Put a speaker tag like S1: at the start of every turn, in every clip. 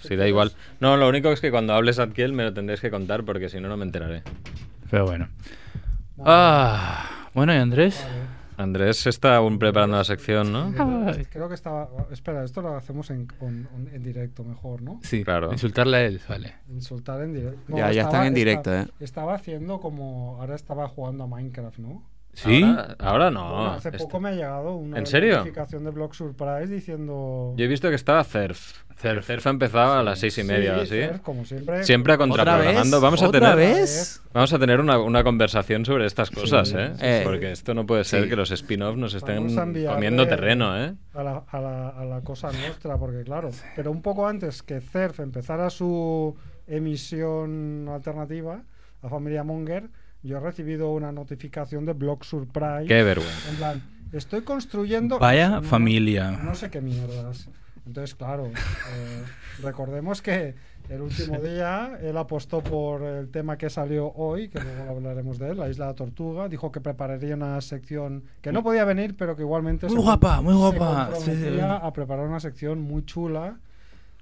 S1: si da igual. No, lo único es que cuando hables a Adkiel me lo tendréis que contar porque si no, no me enteraré.
S2: Pero bueno. Ah, bueno, ¿y Andrés?
S1: Andrés se está aún preparando la sección, ¿no?
S2: Ay.
S3: Creo que estaba. Espera, esto lo hacemos en, on- on- en directo mejor, ¿no?
S2: Sí,
S1: Claro.
S2: insultarle a él, vale.
S3: Insultar en directo. No,
S4: Ya- ya están en directo,
S3: esta-
S4: ¿eh?
S3: Estaba haciendo como. Ahora estaba jugando a Minecraft, ¿no?
S2: ¿Sí?
S1: Ahora, ahora
S3: Bueno,
S1: no.
S3: hace
S1: Este-
S3: poco me ha llegado una
S1: ¿En serio?
S3: notificación de Blog Surprise diciendo.
S1: Yo he visto que estaba CERF. CERF, empezaba a las seis y media,
S3: Sí,
S1: ¿sí?
S3: Fer, como siempre.
S1: Siempre contraprogramando. Vamos a
S4: ¿Otra
S1: tener.
S4: vez?
S1: Vamos a tener una, una conversación sobre estas cosas, ¿eh?
S4: sí, sí.
S1: Porque esto no puede ser
S4: Sí.
S1: que los spin-offs nos estén
S3: Vamos a enviarle-
S1: comiendo terreno, ¿eh?
S3: a la, a la- a la cosa nuestra, porque claro, pero un poco antes que CERF empezara su emisión alternativa a Familia Monger, yo he recibido una notificación de Blog Surprise.
S1: Qué vergüenza.
S3: En plan, estoy construyendo...
S2: Vaya
S3: no-
S2: familia.
S3: No sé qué mierdas. Entonces, claro, eh, recordemos que el último día él apostó por el tema que salió hoy, que luego hablaremos de él, la isla de la tortuga. Dijo que prepararía una sección que no podía venir, pero que igualmente
S2: Muy
S3: se-
S2: guapa, muy
S3: se
S2: guapa.
S3: comprometía
S2: Sí, sí.
S3: a preparar una sección muy chula.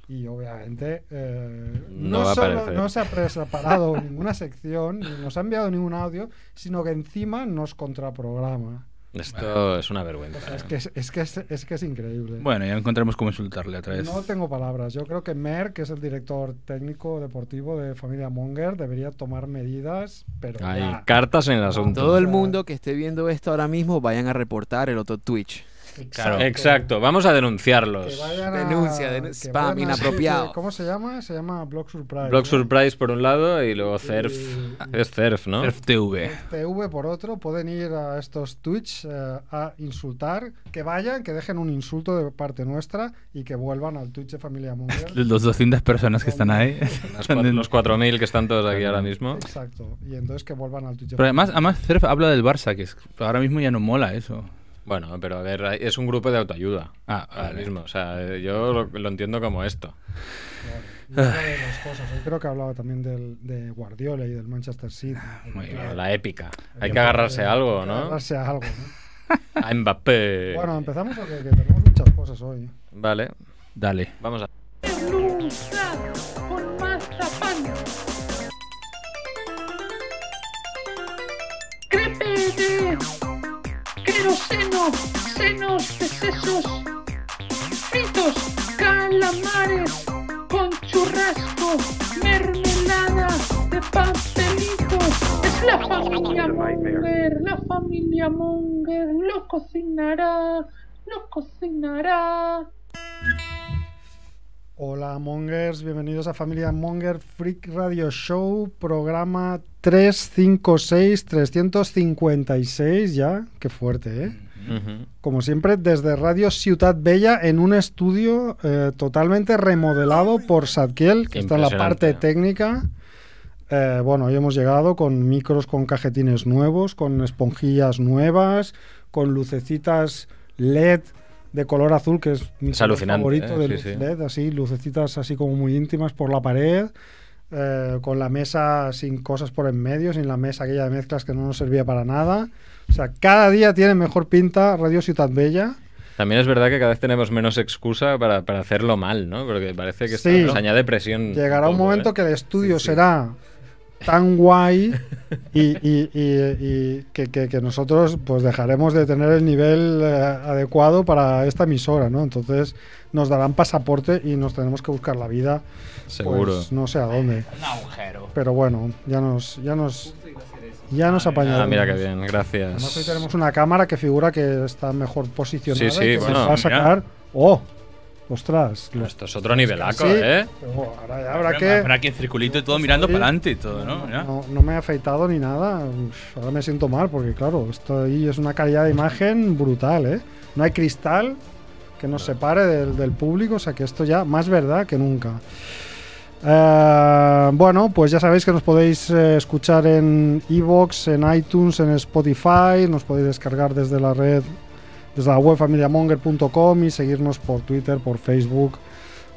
S3: Y obviamente eh,
S1: No
S3: no,
S1: va a
S3: solo
S1: aparecer.
S3: no se ha preparado ninguna sección, ni nos ha enviado ningún audio, sino que encima nos contraprograma.
S1: Esto es una
S3: O sea,
S1: vergüenza.
S3: es, que es, es que es, es que es increíble.
S2: Bueno, pues. ya encontraremos cómo insultarle otra vez.
S3: No tengo palabras. Yo creo que Mer, que es el director técnico deportivo de Familia Monger, debería tomar medidas, pero
S1: Hay
S3: ya.
S1: cartas en el asunto.
S4: Todo el mundo que esté viendo esto ahora mismo vayan a reportar el otro Twitch.
S1: Exacto. Exacto, vamos a
S3: Que
S1: denunciarlos.
S3: vayan a-
S4: Denuncia, denun-
S3: que
S4: spam
S3: vayan a-
S4: inapropiado.
S3: ¿Cómo se llama? Se llama Blog Surprise.
S1: Blog
S3: ¿no?
S1: Surprise por un lado y luego CERF.
S3: Y-
S1: Es CERF, ¿no?
S2: Surf TV.
S3: TV por otro, pueden ir a estos Twitch eh, a insultar, que vayan, que dejen un insulto de parte nuestra y que vuelvan al Twitch de Familia Monger.
S2: Los 200 personas que están ahí.
S1: Las cua- Los 4.000 que están todos aquí ahora mismo.
S3: Exacto. Y entonces que vuelvan al Twitch de
S2: Pero
S3: Familia
S2: además, además Cerf habla del Barça, que es- ahora mismo ya no mola eso.
S1: Bueno, pero a ver, hay- es un grupo de autoayuda.
S2: Ah,
S1: Ahora
S2: vale.
S1: mismo. O sea, eh, yo lo, lo entiendo como esto.
S3: Y otra de las cosas. Hoy creo que hablaba también del, de Guardiola y del Manchester City.
S2: Muy bien.
S1: La épica. Hay que agarrarse a algo, Ah, ¿no?
S3: Agarrarse a algo, ¿no?
S1: A Mbappé.
S3: Bueno, empezamos porque que tenemos muchas cosas hoy. ¿eh?
S1: Vale,
S2: Dale.
S1: vamos a.
S5: crepe de queroseno, senos de sesos, fritos, calamares con churrasco, mermelada de pastelitos. Es la familia Monger, la familia Monger, lo cocinará, lo cocinará.
S3: Hola Mongers, bienvenidos a Familia Monger Freak Radio Show, programa 356, 356 ya, qué fuerte, ¿eh?
S1: Ujú.
S3: Como siempre, desde Radio Ciudad Bella, en un estudio eh, totalmente remodelado por Sadkiel, que
S1: Qué
S3: está en la
S1: impresionante.
S3: parte técnica. Eh, bueno, hoy hemos llegado con micros con cajetines nuevos, con esponjillas nuevas, con lucecitas LED de color azul, que es mi
S1: Es
S3: color
S1: alucinante,
S3: favorito
S1: ¿eh?
S3: de
S1: Sí,
S3: luz
S1: sí.
S3: LED, así, lucecitas así como muy íntimas por la pared. eh, con la mesa sin cosas por en medio, sin la mesa aquella de mezclas que no nos servía para nada. O sea, cada día tiene mejor pinta Radio Ciudad Bella.
S1: También es verdad que cada vez tenemos menos excusa para, para hacerlo mal, ¿no? Porque parece que esto
S3: Sí.
S1: nos añade presión.
S3: Llegará un
S1: poco,
S3: momento
S1: ¿eh?
S3: que el estudio será tan guay y, y- y- y que, que- que nosotros pues dejaremos de tener el nivel eh, adecuado para esta emisora, ¿no? Entonces nos darán pasaporte y nos tenemos que buscar la vida,
S1: Seguro.
S3: pues no sé a dónde.
S2: Un agujero.
S3: Pero bueno, ya nos ya nos ya nos apañaremos.
S1: Ah, mira qué bien,
S3: Además hoy
S1: gracias.
S3: tenemos una cámara que figura que está mejor posicionada.
S1: Sí, sí,
S3: y que
S1: bueno,
S3: nos va
S1: mira.
S3: a sacar. ¡Oh! ¡Ostras! los-
S1: Esto es otro nivelaco,
S3: Sí,
S1: ¿eh?
S3: pero ahora ya habrá que...
S2: Habrá que en circulito y todo mirando
S3: Sí.
S2: para adelante y todo, ¿no? Ya.
S3: No, no me he afeitado ni nada. Uf, ahora me siento mal porque, claro, esto ahí es una calidad de imagen brutal, ¿eh? No hay cristal que nos separe del, del público, o sea que esto ya más verdad que nunca. Eh, bueno, pues ya sabéis que nos podéis eh, escuchar en Evox, en iTunes, en Spotify, nos podéis descargar desde la red, desde la web familiamonger.com y seguirnos por Twitter, por Facebook,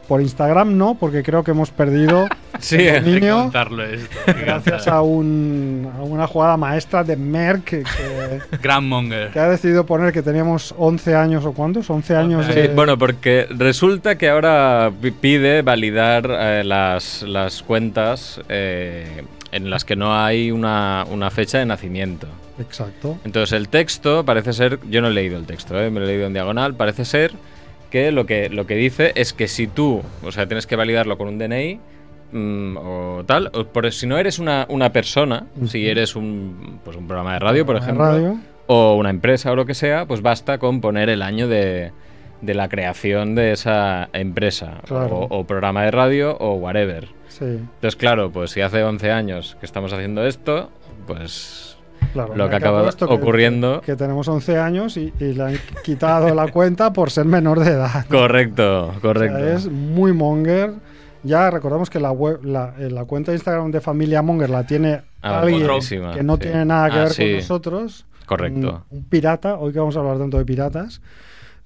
S3: por Instagram no, porque creo que hemos perdido
S1: Sí,
S3: Ni- Niño.
S2: contarlo esto.
S3: Gracias a, un- a una jugada maestra de Merck que,
S2: Grand Monger.
S3: que ha decidido poner que teníamos 11 años o cuántos, 11 años
S1: Sí,
S3: de...
S1: eh, bueno, porque resulta que ahora pi- pide validar eh, las, las cuentas eh, en las que no hay una, una fecha de nacimiento.
S3: Exacto.
S1: Entonces el texto parece ser, yo no he leído el texto, eh, me lo he leído en diagonal, parece ser que lo que, lo que dice es que si tú, o sea, tienes que validarlo con un DNI mm, o tal, o por- si no eres una, una persona, si eres un, pues un programa de radio, por
S3: Programa de
S1: ejemplo,
S3: radio.
S1: o una empresa o lo que sea, pues basta con poner el año de, de la creación de esa empresa
S3: Claro.
S1: o, o programa de radio o whatever.
S3: Sí,
S1: Entonces, claro, pues si hace 11 años que estamos haciendo esto, pues
S3: claro.
S1: Lo que
S3: ha
S1: acaba
S3: puesto
S1: ocurriendo.
S3: Que, tenemos 11 años y, y le han quitado la cuenta por ser menor de edad.
S1: Correcto, correcto.
S3: O sea, es muy monger. Ya recordamos que la, web, la, eh, la cuenta de Instagram de familia monger la tiene
S1: Ah,
S3: alguien
S1: buenísima,
S3: que no
S1: sí.
S3: tiene nada que
S1: Ah,
S3: ver
S1: sí.
S3: con nosotros.
S1: Correcto.
S3: Un, un pirata, hoy que vamos a hablar tanto de piratas.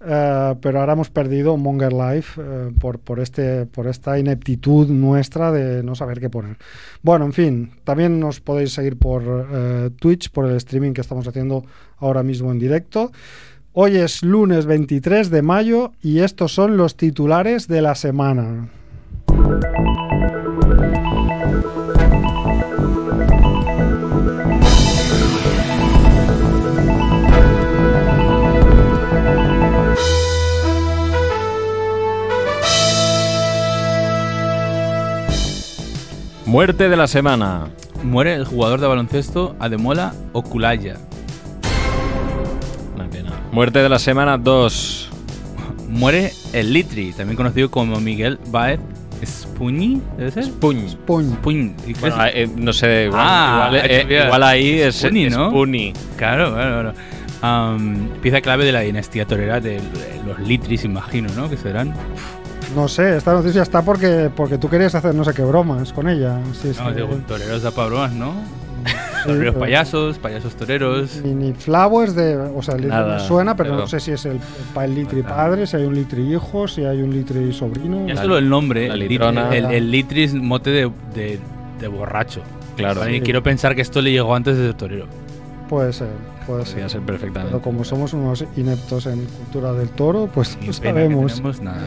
S3: eh, pero ahora hemos perdido Monger Life eh, por, por, este, por esta ineptitud nuestra de no saber qué poner. Bueno, en fin, también nos podéis seguir por eh, Twitch, por el streaming que estamos haciendo ahora mismo en directo. Hoy es lunes 23 de mayo y estos son los titulares de la semana. Mm.
S1: Muerte de la semana.
S2: Muere el jugador de baloncesto Ademola Okulaya.
S1: Una pena. Muerte de la semana 2.
S2: Muere el Litri, también conocido como Miguel Baez Spugni, ¿debe ser?
S1: Puñ.
S3: Puñ.
S2: Spugni. ¿y qué
S1: Bueno,
S2: es?
S1: ah, eh, no sé, igual,
S2: Ah,
S1: igual, eh,
S2: había-
S1: igual ahí es
S2: Spoonie,
S1: es
S2: ¿no?
S1: Spoonie.
S2: Claro, claro, claro. Am, pieza clave de la dinastía torera de los Litris, imagino, ¿no? Que serán.
S3: No sé, esta noticia está porque, porque tú querías hacer no sé qué bromas con ella. Sí, sí,
S2: No, digo,
S3: sí,
S2: toreros de pabroas, ¿no?
S3: pero-
S2: Toreros payasos, payasos toreros.
S3: Ni, ni Flavo es de. O sea, el litri
S1: Nada,
S3: me suena, pero,
S1: pero-
S3: no sé si es el, pa- el litri
S2: Nada.
S3: padre, si hay un litri hijo, si hay un litri sobrino.
S2: Ya
S1: La-
S2: solo el nombre,
S1: la
S2: el,
S1: litrona.
S2: el- el Litris mote de, de- de borracho.
S1: Claro.
S2: Vale, Quiero pensar que esto le llegó antes de torero.
S3: Puede ser, puede
S1: Podría
S3: ser.
S1: ser perfectamente.
S3: Pero como somos unos ineptos en cultura del toro, pues
S2: Ni
S3: no
S2: pena que
S3: sabemos.
S2: tenemos, nada.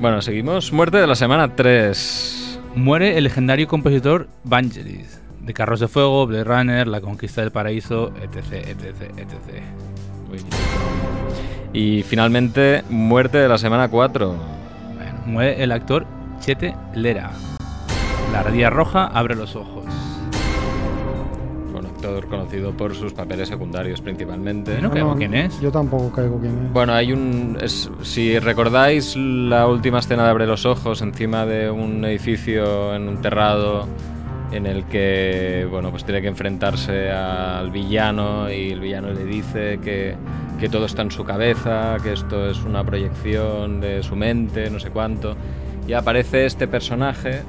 S1: Bueno, seguimos. Muerte de la semana 3.
S2: Muere el legendario compositor Vangelis. De Carros de Fuego, Blade Runner, La Conquista del Paraíso, etc, etc, etc.
S1: Y finalmente, muerte de la semana 4.
S2: Bueno, muere el actor Chete Lera. La ardilla roja abre los ojos.
S1: Un actor conocido por sus papeles secundarios principalmente.
S2: Bueno, No caigo quién es.
S3: Yo tampoco caigo quién es.
S1: Bueno, hay un. es- si recordáis la última escena de Abre los Ojos, encima de un edificio en un terrado, en el que, bueno, pues tiene que enfrentarse al villano y el villano le dice que, que todo está en su cabeza, que esto es una proyección de su mente, no sé cuánto. Y aparece este personaje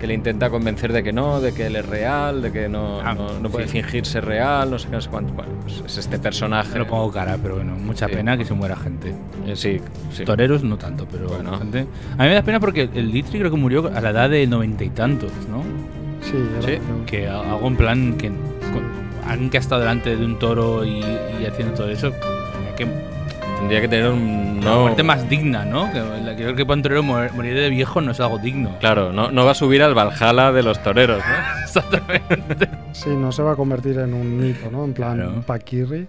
S1: que le intenta convencer de que no, de que él es real, de que no,
S2: Ah,
S1: no- no puede
S2: sí.
S1: fingirse real, no sé qué, no sé cuánto. Bueno, pues es este personaje.
S2: No lo pongo cara, pero bueno, mucha
S1: Sí.
S2: pena que se muera gente.
S1: Eh, sí, sí.
S2: Toreros no tanto, pero
S1: Bueno.
S2: gente. A mí me da pena porque el Litri creo que murió a la edad de noventa y tantos, ¿no?
S3: sí, era-
S1: sí.
S2: Que hago en plan que con- alguien que ha estado delante de un toro y, y haciendo todo eso, tenía que
S1: Tendría que tener un.
S2: una
S1: No,
S2: muerte más digna, ¿no? Que la- creo que para un torero morir, morir de viejo no es algo digno.
S1: Claro, no, no va a subir al Valhalla de los toreros, ¿no?
S2: Exactamente.
S3: Sí, no se va a convertir en un mito, ¿no? En plan
S2: Claro.
S3: Paquirri.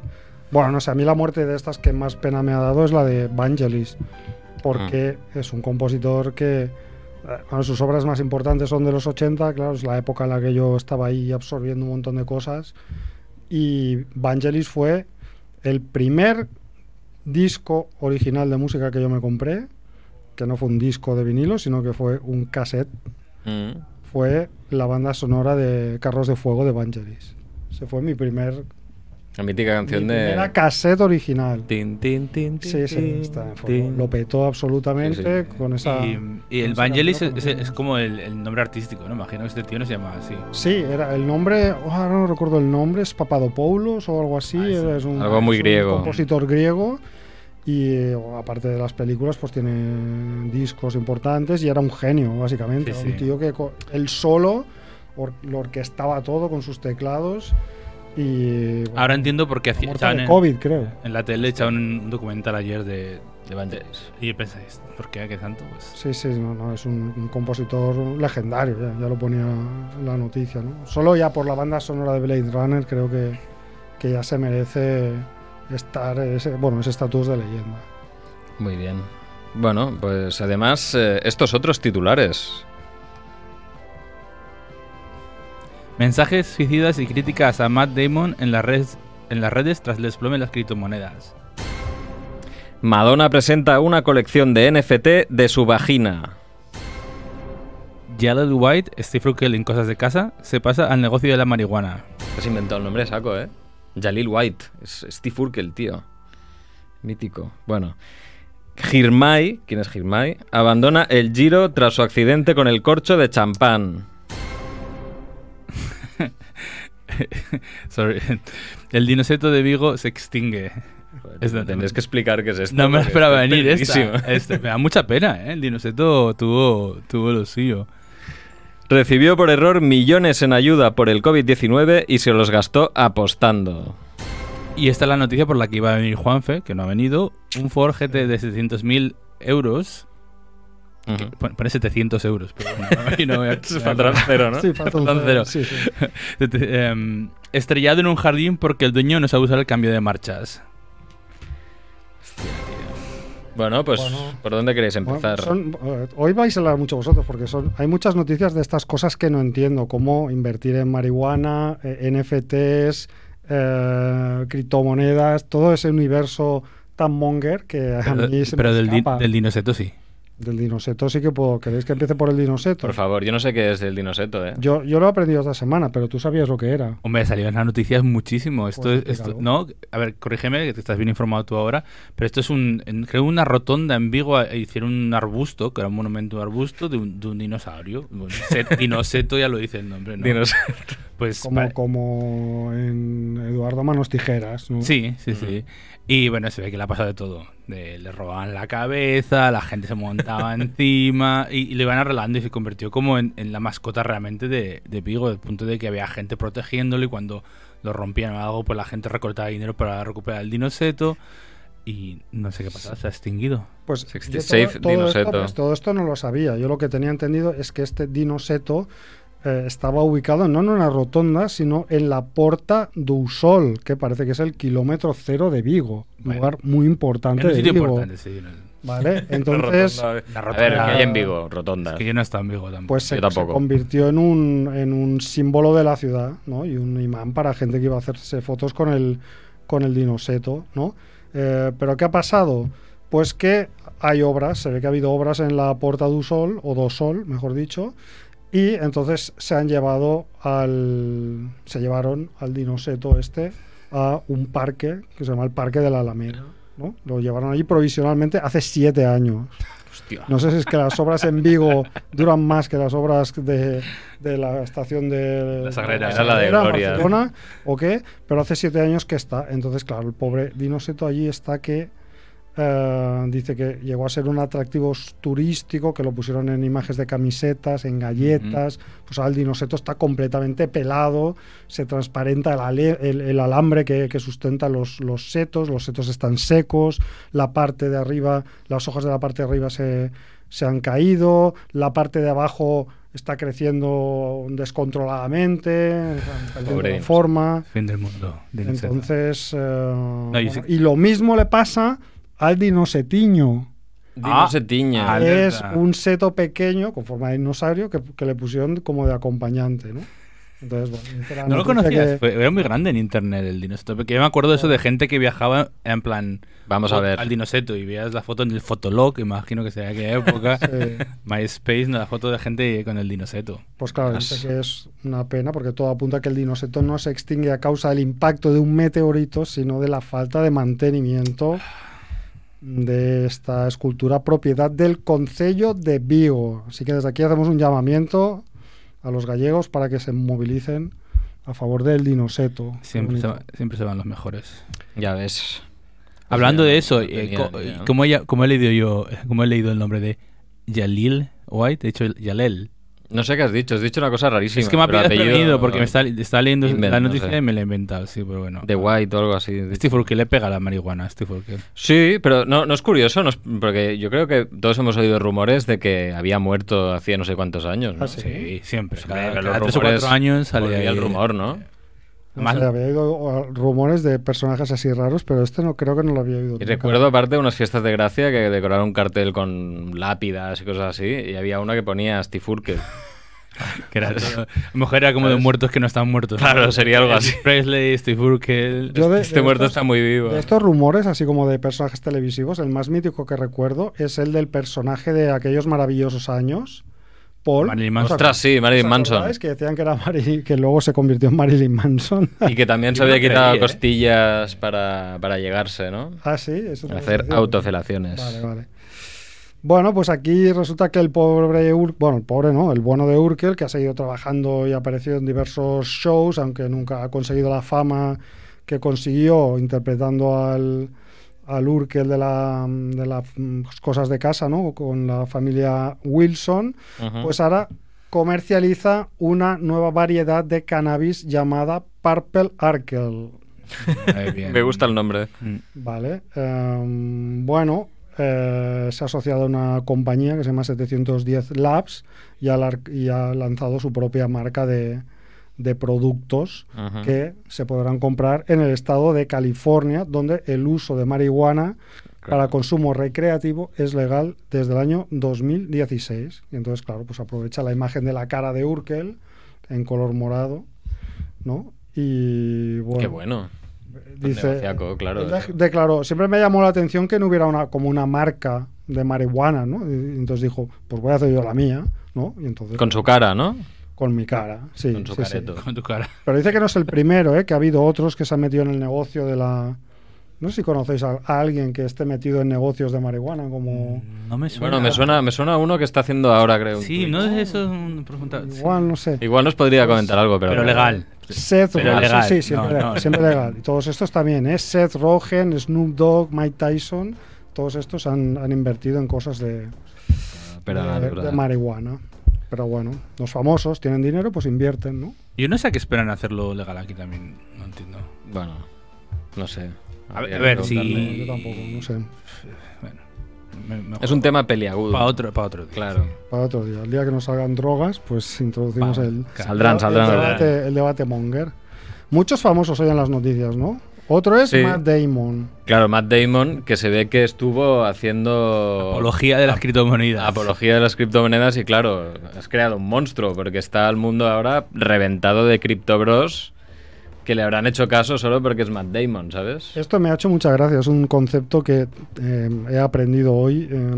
S3: Bueno, no sé, a mí la muerte de estas que más pena me ha dado es la de Vangelis, porque es un compositor que eh, bueno, sus obras más importantes son de los 80, claro, es la época en la que yo estaba ahí absorbiendo un montón de cosas. Y Vangelis fue el primer disco original de música que yo me compré, que no fue un disco de vinilo, sino que fue un cassette
S1: Mm.
S3: fue la banda sonora de Carros de Fuego de Vangelis. Se fue mi primer
S1: La mítica
S3: mi
S1: canción
S3: primera
S1: de.
S3: cassette original.
S1: Tin, tin, tin, tin,
S3: Sí, sí,
S1: tin,
S3: está en fuego.
S1: tin.
S3: Lo petó absolutamente
S1: Sí, sí.
S3: con esa
S2: Y, y el
S3: esa
S2: Vangelis
S3: canción
S2: es,
S3: como-
S2: es como el, el nombre artístico, ¿no? Imagino que este tío no se llama así.
S3: Sí, era el nombre, oh, ahora no recuerdo el nombre, es Papadopoulos o algo así,
S2: Ah, sí.
S3: era- es un,
S1: Algo muy
S3: es un
S1: griego.
S3: compositor griego Y eh, aparte de las películas, pues tiene discos importantes y era un genio, básicamente.
S2: Sí,
S3: un
S2: sí.
S3: tío que co- él solo or- lo orquestaba todo con sus teclados. Y. bueno,
S2: Ahora entiendo por qué
S3: está
S2: hacía-
S3: muerto
S2: echaban
S3: de
S2: en,
S3: COVID, creo.
S2: en la tele echaban un documental ayer de.
S1: De Vangelis.
S2: Y pensáis, ¿por qué? ¿Qué tanto? Pues.
S3: Sí, sí, no, no, es un, un compositor legendario, ya, ya lo ponía la noticia, ¿no? Solo ya por la banda sonora de Blade Runner creo que, que ya se merece estar ese, bueno, ese estatus de leyenda.
S1: Muy bien. Bueno, pues además, eh, estos otros titulares.
S2: Mensajes suicidas y críticas a Matt Damon en las redes, en las redes tras el desplome de las criptomonedas.
S1: Madonna presenta una colección de NFT de su vagina.
S2: Jared White, Steve Urkel en cosas de casa, se pasa al negocio de la marihuana.
S1: Has inventado el nombre, saco, ¿eh? Jalil White. Es Steve Urkel, tío. Mítico. Bueno. Girmay, ¿quién es Girmay? Abandona el giro tras su accidente con el corcho de champán.
S2: Sorry. El dinoseto de Vigo se extingue. Es de-
S1: Tendrías que explicar qué es esto.
S2: No me lo
S1: porque
S2: esperaba
S1: es
S2: venir esta.
S1: perdidísimo.
S2: Este, me da mucha pena, ¿eh? El dinoseto tuvo, tuvo lo suyo.
S1: Recibió por error millones en ayuda por el COVID-19 y se los gastó apostando.
S2: Y esta es la noticia por la que iba a venir Juanfe, que no ha venido. Un Ford GT de 700.000 euros.
S1: Ujú.
S2: Pon- Pone 700 euros, pero bueno, a mí no voy a-
S1: Es para atrás cero, ¿no?
S3: Sí, falta un
S2: Falta un
S3: cero,
S2: cero.
S3: sí, sí.
S2: Sete- em, Estrellado en un jardín porque el dueño no sabe usar el cambio de marchas.
S1: Bueno, pues,
S3: Bueno.
S1: ¿por dónde queréis
S3: Bueno,
S1: empezar?
S3: son- eh, hoy vais a hablar mucho vosotros porque son, hay muchas noticias de estas cosas que no entiendo, como invertir en marihuana, eh, NFTs, eh, criptomonedas, todo ese universo tan monger que a
S2: Pero,
S3: mí se
S2: pero
S3: me
S2: del, di-
S3: escapa.
S2: del dinoseto sí.
S3: Del dinoseto sí que puedo. ¿Queréis que empiece por el dinoseto?
S1: Por favor, yo no sé qué es el dinoseto, ¿eh?
S3: Yo, yo lo he aprendido esta semana, pero tú sabías lo que
S1: Pues,
S3: era.
S2: Hombre, salió en las noticias muchísimo. Esto
S3: Pues
S2: es, esto-
S3: explícalo.
S2: no, a ver, corrígeme, que te estás bien informado tú ahora, pero esto es un, en- creo una rotonda en Vigo eh, hicieron un arbusto, que era un monumento a un arbusto de un, de un dinosaurio. Bueno, se- dinoseto ya lo dice el nombre, ¿no?
S1: Dinoseto.
S2: pues
S3: Como,
S2: pare-
S3: como en Eduardo Manos Tijeras. ¿no?
S2: Sí, sí, sí. Y bueno, se ve que le ha pasado de todo. De- le robaban la cabeza, la gente se montaba encima y, y lo iban arreglando y se convirtió como en, en la mascota realmente de, de Vigo, del punto de que había gente protegiéndolo y cuando lo rompían o algo, pues la gente recortaba dinero para recuperar el dinoseto y no sé qué pasaba, se ha extinguido.
S3: Pues
S1: Sixty
S3: yo
S1: Safe
S3: Esto,
S1: Dinoseto.
S3: pues, todo esto no lo sabía. Yo lo que tenía entendido es que este dinoseto eh, estaba ubicado no en una rotonda, sino en la Porta do Sol, que parece que es el kilómetro cero de Vigo.
S2: Bueno.
S3: Lugar muy importante
S2: Era un
S3: de
S2: sitio
S3: Vigo.
S2: importante, sí. no-
S3: ¿Vale? Entonces,
S1: Rotonda,
S2: La
S1: A ver, que
S2: rotonda.
S1: hay en Vigo, rotondas.
S2: Que yo no estaba en Vigo tampoco.
S3: pues se,
S1: Yo
S3: se
S1: tampoco.
S3: convirtió en un, en un símbolo de la ciudad, ¿no? Y un imán para gente que iba a hacerse fotos con el, con el dinoseto, ¿no? Eh, Pero ¿qué ha pasado? Pues que hay obras, se ve que ha habido obras en la Porta do Sol, o do Sol, mejor dicho, y entonces se han llevado al... se llevaron al dinoseto este a un parque que se llama el Parque de la Alameda, ¿no? Lo llevaron allí provisionalmente hace siete años.
S1: Hostia.
S3: No sé si es que las obras en Vigo duran más que las obras de, de la estación de
S2: La Sagrera.
S1: Era la de
S3: Sagrera,
S1: Gloria.
S3: Barcelona, o qué, pero hace siete años que está. Entonces, claro, el pobre Dinoseto allí está que eh, dice que llegó a ser un atractivo s- turístico, que lo pusieron en imágenes de camisetas, en galletas. Pues ahora el Dinoseto está completamente pelado, se transparenta el, ale- el- el alambre que, que sustenta los, los setos, los setos están secos, la parte de arriba, las hojas de la parte de arriba se, se han caído, la parte de abajo está creciendo descontroladamente, perdiendo
S1: Pobre
S3: la
S1: Dinoseto.
S3: forma.
S2: Fin del mundo. dinoseto.
S3: Entonces, eh, bueno,
S2: sí-
S3: y lo mismo le pasa al dinosetiño.
S1: Dinosetiño.
S2: Ah,
S3: que es
S2: alerta.
S3: un seto pequeño con forma de dinosaurio que, que le pusieron como de acompañante, ¿no? Entonces, bueno, esta era la
S2: No lo
S3: noticia
S2: conocías,
S3: que-
S2: fue- era muy grande en internet el dinoseto. Porque yo me acuerdo de eso de gente que viajaba en plan
S1: Vamos a
S2: al
S1: ver.
S2: dinoseto y veías la foto en el Fotolog, imagino que sería aquella época.
S3: eh,
S2: MySpace, no, la foto de gente con el dinoseto.
S3: Pues claro,
S1: As-
S3: dice que es una pena porque todo apunta a que el dinoseto no se extingue a causa del impacto de un meteorito, sino de la falta de mantenimiento de esta escultura propiedad del Concello de Vigo. Así que desde aquí hacemos un llamamiento a los gallegos para que se movilicen a favor del dinoseto.
S2: Siempre
S3: Qué
S2: se,
S3: bonito.
S2: va- siempre se van los mejores.
S1: Ya ves.
S2: Hablando
S1: no-
S2: de eso,
S1: no
S2: eh,
S1: tenía
S2: co-
S1: ni idea.
S2: ¿cómo, haya- cómo he leído yo, cómo he leído el nombre de Yalil White? De hecho, Yalel.
S1: No sé qué has dicho, has dicho una cosa rarísima.
S2: es que me ha
S1: pero
S2: pillado desprevenido
S1: apellido-
S2: porque me está, está leyendo
S1: Invent,
S2: la
S1: no
S2: noticia
S1: sé.
S2: y me la he inventado, sí, pero bueno.
S1: De White o algo así.
S2: Steve Urkel le pega la marihuana, Steve Urkel.
S1: Sí, pero no, no es curioso, no es- porque yo creo que todos hemos oído rumores de que había muerto hacía no sé cuántos años. ¿no?
S3: Ah, sí.
S2: Sí, siempre.
S1: Pues Hombre,
S2: Cada,
S1: pero
S2: cada
S1: los
S2: tres o
S1: rumores-
S2: cuatro años sale
S1: volvía
S2: ahí-
S1: el rumor, ¿no?
S3: No
S2: Más-
S3: sé, había oído o, rumores de personajes así raros, pero este no creo que no lo había oído.
S1: Y
S3: nunca.
S1: recuerdo aparte unas fiestas de gracia que decoraron un cartel con lápidas y cosas así, y había una que ponía Steve Urkel.
S2: que era todo- a lo mejor era como de muertos que no están muertos. ¿no?
S1: Claro, sería algo así.
S2: Elvis Presley, Steve Urkel.
S3: Yo de-
S1: este
S3: de
S1: muerto
S3: estos-
S1: está muy vivo.
S3: De estos rumores, así como de personajes televisivos, el más mítico que recuerdo es el del personaje de aquellos maravillosos años, Paul.
S2: Marilyn Manson.
S1: Ostras, sí, Marilyn Manson.
S3: Es que decían que era Marilyn, que luego se convirtió en Marilyn Manson.
S1: Y que también se
S2: Yo me
S1: había
S2: lo
S1: quitado
S2: creí, ¿eh?
S1: costillas para, para llegarse, ¿no?
S3: ah, sí, eso también se
S1: Hacer
S3: decía.
S1: autofelaciones.
S3: Vale, vale. Bueno, pues aquí resulta que el pobre Ur- bueno, el pobre no, el bueno de Urkel, que ha seguido trabajando y ha aparecido en diversos shows, aunque nunca ha conseguido la fama que consiguió interpretando al, al Urkel de, la, de las mm, cosas de casa, ¿no? Con la familia Wilson,
S1: Ujú.
S3: pues ahora comercializa una nueva variedad de cannabis llamada Purple Arkel.
S2: Muy bien.
S1: Me gusta el nombre.
S3: Vale. em, bueno, eh, se ha asociado a una compañía que se llama 710 Labs y ha, lar- y ha lanzado su propia marca de, de productos
S1: Ujú.
S3: que se podrán comprar en el estado de California, donde el uso de marihuana para
S1: Claro.
S3: consumo recreativo es legal desde el año 2016. Y entonces, claro, pues aprovecha la imagen de la cara de Urkel en color morado, ¿no? Y bueno,
S1: Qué bueno.
S3: dice,
S1: Pues Negociaco, claro. eh.
S3: él de- declaró, siempre me llamó la atención que no hubiera una, como una marca de marihuana, ¿no? Y entonces dijo, pues voy a hacer yo la mía, ¿no? Y entonces
S1: Con su cara, ¿no?
S3: con mi cara, sí,
S1: Con su
S3: sí, sí.
S1: careto.
S2: Con tu cara.
S3: Pero dice que no es el primero, ¿eh? que ha habido otros que se han metido en el negocio de la... No sé si conocéis a, a alguien que esté metido en negocios de marihuana, como...
S2: No me suena.
S1: Bueno, me suena, me suena uno que está haciendo ahora, creo. un
S2: Sí,
S1: tuit.
S2: no es eso una pregunta. sí.
S3: Igual, no sé.
S1: Igual nos podría comentar algo, pero.
S2: Pero legal.
S3: Seth
S2: Pero
S3: Rogen,
S2: legal,
S3: sí, siempre,
S2: no,
S3: legal,
S2: no.
S3: siempre legal. Y todos estos también, ¿eh? Seth Rogen, Snoop Dogg, Mike Tyson, todos estos han, han invertido en cosas de,
S1: Pero
S3: de-
S1: natural.
S3: Eh, de marihuana. Pero bueno, los famosos tienen dinero, pues invierten, ¿no?
S2: Yo no sé a qué esperan hacerlo legal aquí también. No entiendo.
S1: Bueno, no sé.
S2: A ver,
S1: Habría
S2: a
S1: que
S2: ver
S1: preguntarle.
S2: si.
S3: Yo tampoco, no sé.
S2: Bueno, me- mejor
S1: Es un tema peliagudo.
S2: Para otro, para otro día.
S1: Claro.
S3: Para otro día, el día que nos salgan drogas, pues
S2: Vamos,
S3: introducimos el,
S2: claro.
S1: Saldrán, saldrán.
S3: el,
S1: saldrán.
S3: debate, el debate monger. Muchos famosos hoy en las noticias, ¿no? Otro es
S1: Sí.
S3: Matt Damon.
S1: Claro, Matt Damon, que se ve que estuvo haciendo.
S2: Apología de las criptomonedas.
S1: Apología de las criptomonedas y claro, has creado un monstruo porque está el mundo ahora reventado de criptobros que le habrán hecho caso solo porque es Matt Damon, ¿sabes?
S3: Esto me ha hecho mucha gracia, es un concepto que eh, he aprendido hoy eh,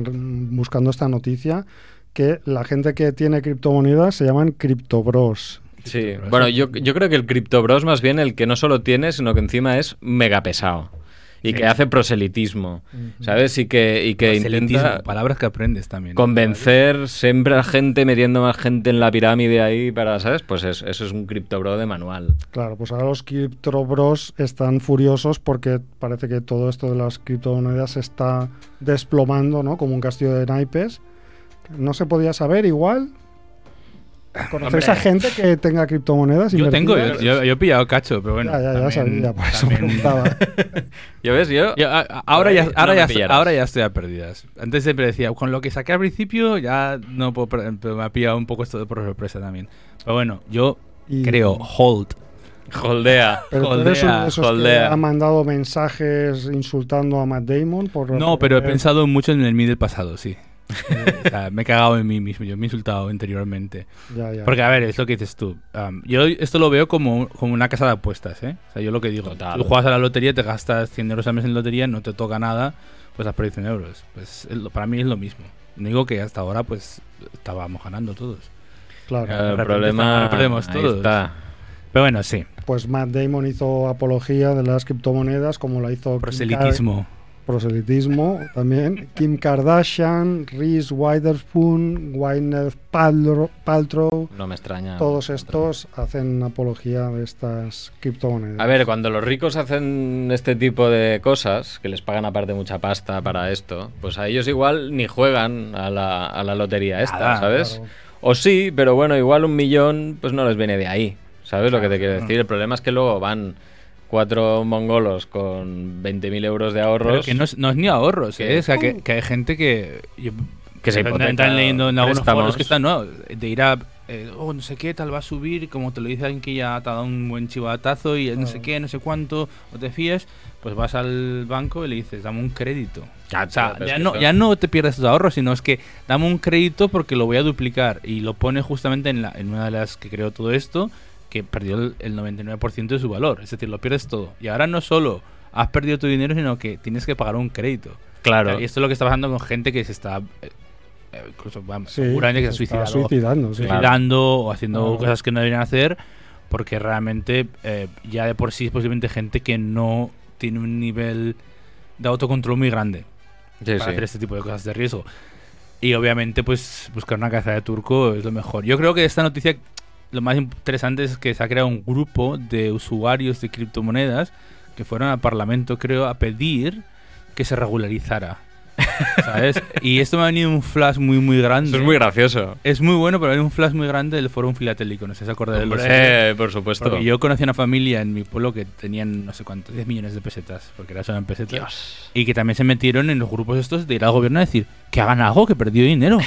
S3: buscando esta noticia, que la gente que tiene criptomonedas se llaman criptobros.
S1: Sí.
S2: Criptobros.
S1: Bueno, yo, yo creo que el criptobros más bien el que no solo tiene, sino que encima es mega pesado y que hace proselitismo, ¿sabes? Y que, y que
S2: Proselitismo,
S1: intenta
S2: Pues Palabras que aprendes también.
S1: convencer siempre a gente metiendo más gente en la pirámide ahí para, ¿sabes? Pues es- eso es un criptobro de manual.
S3: Claro, pues ahora los criptobros están furiosos porque parece que todo esto de las criptomonedas se está desplomando, ¿no? Como un castillo de naipes. No se podía saber igual. ¿Conocéis a gente que tenga criptomonedas?
S2: Yo tengo, yo,
S3: invertidas?
S2: yo- yo he pillado cacho, pero bueno.
S3: ya, ya, ya
S2: también-
S3: sabía, por eso
S2: también-
S3: preguntaba.
S1: ¿Ya ves? Yo...
S2: Yo, a- a- ahora,
S1: Ahí
S2: ya,
S1: no
S2: ahora,
S1: me
S2: ya,
S1: pillarás.
S2: ahora ya estoy a pérdidas. Antes siempre decía, con lo que saqué al principio, ya no puedo, per- pero me ha pillado un poco esto de por sorpresa también. Pero bueno, yo
S3: Y-
S2: creo, hold.
S1: Holdea.
S3: Pero tú
S2: Joldea,
S3: eres uno de esos que
S1: joldea.
S3: ha mandado mensajes insultando a Matt Damon por
S2: No, pero he
S3: por-
S2: pensado mucho en el mí del pasado, sí. O sea, me he cagado en mí mismo, yo me he insultado interiormente.
S3: Ya, ya.
S2: Porque, a ver, es lo que dices tú. Am, yo esto lo veo como, como una casa de apuestas, ¿eh? O sea, yo lo que digo,
S1: Total.
S2: tú juegas a la lotería, te gastas 100 euros al mes en lotería, no te toca nada, pues has perdido 100 euros. Pues es lo- para mí es lo mismo. No digo que hasta ahora, pues, estábamos ganando todos.
S3: Claro.
S1: Claro,
S2: De repente
S1: el problema
S2: estamos- perdemos
S1: ahí
S2: todos.
S1: está.
S2: Pero bueno, sí,
S3: Pues Matt Damon hizo apología de las criptomonedas como la hizo Kim Kar-
S2: proselitismo.
S3: proselitismo también. Kim Kardashian, Reese Witherspoon, Gwyneth Paltrow, Paltrow,
S1: No me extraña.
S3: todos estos hacen apología de estas criptomonedas.
S1: A ver, cuando los ricos hacen este tipo de cosas, que les pagan aparte mucha pasta para esto, pues a ellos igual ni juegan a la, a la lotería esta,
S2: Nada,
S1: ¿sabes?
S3: claro.
S1: O sí, pero bueno, igual un millón pues no les viene de ahí, ¿sabes lo que te quiero decir? El problema es que luego van cuatro mongolos con 20.000 euros de
S2: Pero
S1: ahorros.
S2: que no es, no es ni ahorros,
S1: Que-
S2: ¿eh? O sea, que, que hay gente que. yo-
S1: Que se
S2: están-
S1: hipoteca,
S2: Están leyendo en algunos
S1: préstamos.
S2: foros que están, ¿no? De ir a. eh, oh, no sé qué, tal va a subir. Como te lo dice alguien que ya te ha dado un buen chivatazo y no sé qué, no sé cuánto, o te fías, pues vas al banco y le dices, dame un crédito.
S1: Claro,
S2: o sea,
S1: pero es
S2: ya
S1: que
S2: no,
S1: eso-
S2: ya no te pierdes tus ahorros, sino es que dame un crédito porque lo voy a duplicar. Y lo pone justamente en, la, en una de las que creó todo esto, que perdió el, el 99% de su valor. Es decir, lo pierdes todo. Y ahora no solo has perdido tu dinero, sino que tienes que pagar un crédito.
S1: Claro.
S2: Y esto es lo que está pasando con gente que se está. eh, eh, incluso, vamos,
S3: Sí,
S2: seguramente que se
S3: se
S2: suicida
S3: está suicidando, sí.
S2: suicidando o haciendo
S3: Ah.
S2: cosas que no deberían hacer, porque realmente eh, ya de por sí es posiblemente gente que no tiene un nivel de autocontrol muy grande
S1: Sí,
S2: para
S1: sí.
S2: hacer este tipo de cosas de riesgo. Y obviamente, pues buscar una caza de turco es lo mejor. Yo creo que esta noticia, lo más interesante es que se ha creado un grupo de usuarios de criptomonedas que fueron al Parlamento, creo, a pedir que se regularizara. ¿Sabes? y esto me ha venido un flash muy, muy grande.
S1: Eso es muy gracioso.
S2: Es muy bueno, pero hay un flash muy grande del Fórum Filatélico. No sé si se acuerda de los.
S1: Hombre, por supuesto.
S2: Porque yo conocí a una familia en mi pueblo que tenían no sé cuánto, 10 millones de pesetas, porque era solo en pesetas.
S1: Dios.
S2: Y que también se metieron en los grupos estos de ir al gobierno a decir que hagan algo, que perdió dinero.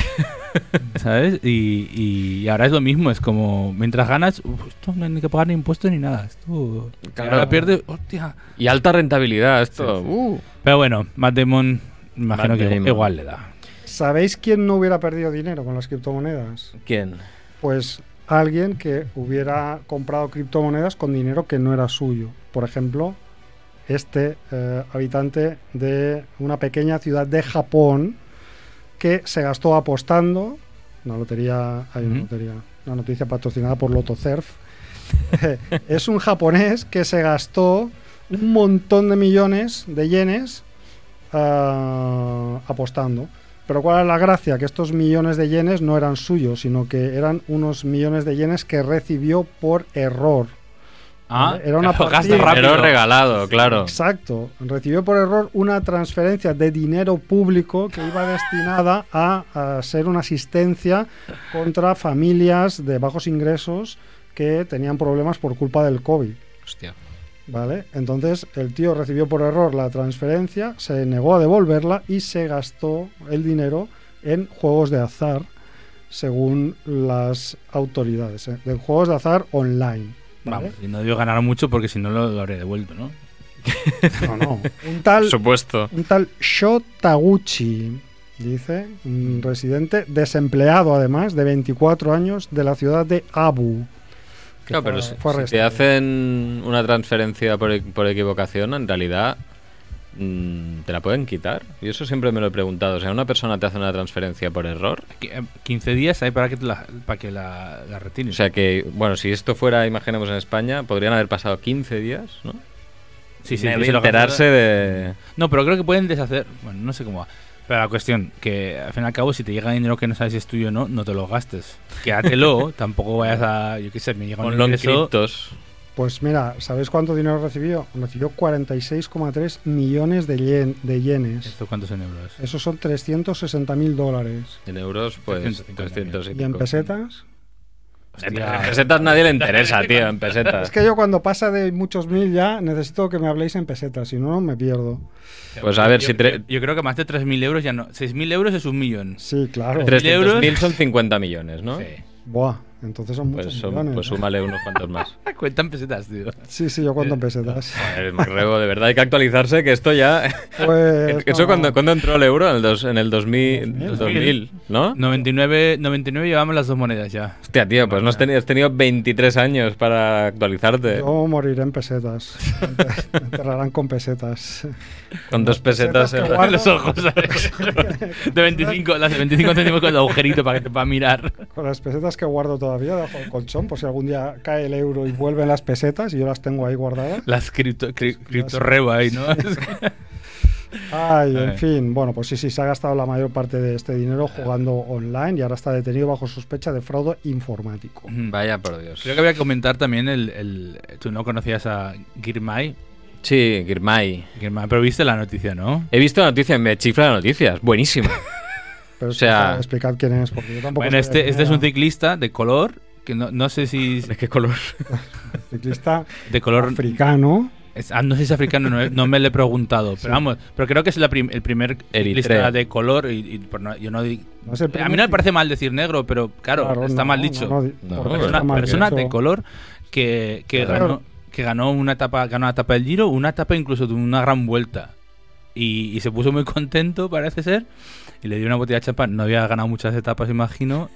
S2: ¿Sabes? Y, y- y ahora es lo mismo, es como mientras ganas, "Uf, esto no hay ni que pagar ni impuestos ni nada. Esto,
S1: Claro.
S2: Ahora pierdes, hostia.
S1: Y alta rentabilidad esto.
S2: Sí, sí.
S1: Uh.
S2: Pero bueno, Matt Damon, imagino
S1: Matt
S2: que
S1: Damon.
S2: igual le da.
S3: ¿Sabéis quién no hubiera perdido dinero con las criptomonedas?
S1: ¿Quién?
S3: Pues alguien que hubiera comprado criptomonedas con dinero que no era suyo. Por ejemplo, este eh, habitante de una pequeña ciudad de Japón que se gastó apostando. Una lotería, hay una
S2: Ujú.
S3: lotería, una noticia patrocinada por LotoCerf. es un japonés que se gastó un montón de millones de yenes ah, apostando. Pero ¿cuál era la gracia? Que estos millones de yenes no eran suyos, sino que eran unos millones de yenes que recibió por error.
S2: Ah,
S3: Era una
S2: gasto
S3: partida.
S1: Dinero
S2: rápido.
S1: regalado, claro.
S3: Exacto. Recibió por error una transferencia de dinero público que iba destinada a, a ser una asistencia contra familias de bajos ingresos que tenían problemas por culpa del COVID.
S1: Hostia.
S3: ¿Vale? Entonces el tío recibió por error la transferencia, se negó a devolverla y se gastó el dinero en juegos de azar, según las autoridades, ¿eh? en juegos de azar online. ¿vale?
S2: Vamos, y no debió ganar mucho porque si no lo, lo habría devuelto, ¿no?
S3: No, no. Un tal,
S1: Supuesto.
S3: un tal Shotaguchi, dice, un residente desempleado además, de 24 años, de la ciudad de Abu. que
S1: Claro, pero
S3: fue-
S1: si, si
S3: fue
S1: te
S3: arrestado.
S1: hacen una transferencia por, e- por equivocación, en realidad mm, te la pueden quitar. Y eso siempre me lo he preguntado. O sea, una persona te hace una transferencia por error.
S2: Que- eh, 15 días hay para que, te la, para que la, la
S1: O
S2: retires.
S1: sea que, bueno, si esto fuera, imaginemos en España, podrían haber pasado 15 días, ¿no?
S2: Sí,
S1: De
S2: se lo
S1: enterarse de...
S2: No, pero creo que pueden deshacer. Bueno, no sé cómo va. Pero la cuestión, que al fin y al cabo, si te llega dinero que no sabes si es tuyo o no, no te lo gastes. Quédatelo, tampoco vayas a. Yo qué sé, me llega un
S1: Ponlo en
S2: ingreso.
S1: criptos.
S3: Pues mira, ¿sabéis cuánto dinero recibió? Recibió 46,3 millones de, yen- de yenes.
S2: ¿Esto cuántos son euros?
S3: Esos son 360 mil dólares.
S1: En euros, pues,
S2: 350.000.
S1: 300 y
S3: ¿Y en
S1: pico.
S3: pesetas?
S1: En
S2: Hostia.
S1: pesetas nadie le interesa, tío, en pesetas.
S3: Es que yo cuando pasa de muchos mil ya necesito que me habléis en pesetas, si no me pierdo.
S1: Pues a ver,
S2: Yo-
S1: si tre-
S2: Yo, yo creo que más de 3.000 euros ya no. 6.000 euros es un millón.
S3: Sí, claro.
S2: 300.000 euros.
S1: 300.000 son 50 millones, ¿no?
S2: Sí.
S3: Buah, entonces son muchos
S1: Pues, son-
S3: millones, ¿eh?
S1: pues
S3: ¿no?
S1: súmale unos cuantos más.
S2: Ah, Cuentan pesetas, tío.
S3: Sí, sí, yo
S1: Eh,
S3: cuento en pesetas.
S1: Joder, Marrego, de verdad hay que actualizarse que esto ya...
S3: Pues,
S1: Eso
S3: no,
S1: cuando,
S3: no.
S1: cuando entró el euro, en el, dos- en el 2000, en el 2000 ¿no?
S2: 99, 99 llevamos las dos monedas ya.
S1: Hostia, tío, pues no has tenido, has tenido 23 años para actualizarte.
S3: Yo moriré en pesetas. Me enterrarán con pesetas.
S1: Con dos pesetas
S3: pesetas que
S1: en-
S3: guardo.
S2: Los ojos, ¿sabes? De 25, las de 25 céntimos con el agujerito para que te pueda mirar.
S3: Con las pesetas que guardo todavía debajo del colchón, por si algún día cae el euro y vuelven las pesetas y yo las tengo ahí guardadas.
S2: Las cripto, cri- criptorreba ahí, ¿no? Es que-
S1: Ay.
S3: Ay, en fin. Bueno, pues sí, sí, se ha gastado la mayor parte de este dinero jugando online y ahora está detenido bajo sospecha de fraude informático.
S1: Mm, Vaya por Dios.
S2: Creo que había que comentar también el, el- Tú no conocías a Girmay,
S1: Sí, Girmay.
S2: Girmay, pero viste la noticia, ¿no?
S1: He visto la noticia, me chifla la noticia, es buenísima.
S3: Pero es
S1: O sea-
S3: que, explicad quién es, porque yo tampoco.
S2: Bueno,
S3: sé
S2: este,
S3: quién
S2: este es
S3: era.
S2: un ciclista de color, que no, no sé si... es
S1: ¿De qué color?
S3: ciclista
S2: De color...
S3: africano.
S2: es- ah, no sé si es africano, no, no me lo he preguntado. Pero vamos, pero creo que es la prim- el primer
S1: Eritrea.
S2: ciclista de color y, y por no- yo no... di-
S3: No es el
S2: A
S3: primer
S2: mí no me
S3: cic-
S2: parece mal decir negro, pero claro,
S3: Claro,
S2: está
S3: no,
S2: mal
S3: no,
S2: dicho.
S3: no, di-
S1: No, pero
S2: Es
S3: porque
S1: Bueno,
S2: una
S3: está mal
S2: persona
S3: dicho.
S2: de color que, que
S1: Claro.
S2: ganó, que ganó una etapa, ganó una etapa del Giro, una etapa incluso de una gran vuelta. Y, y se puso muy contento, parece ser, y le dio una botella de champán. No había ganado muchas etapas, imagino.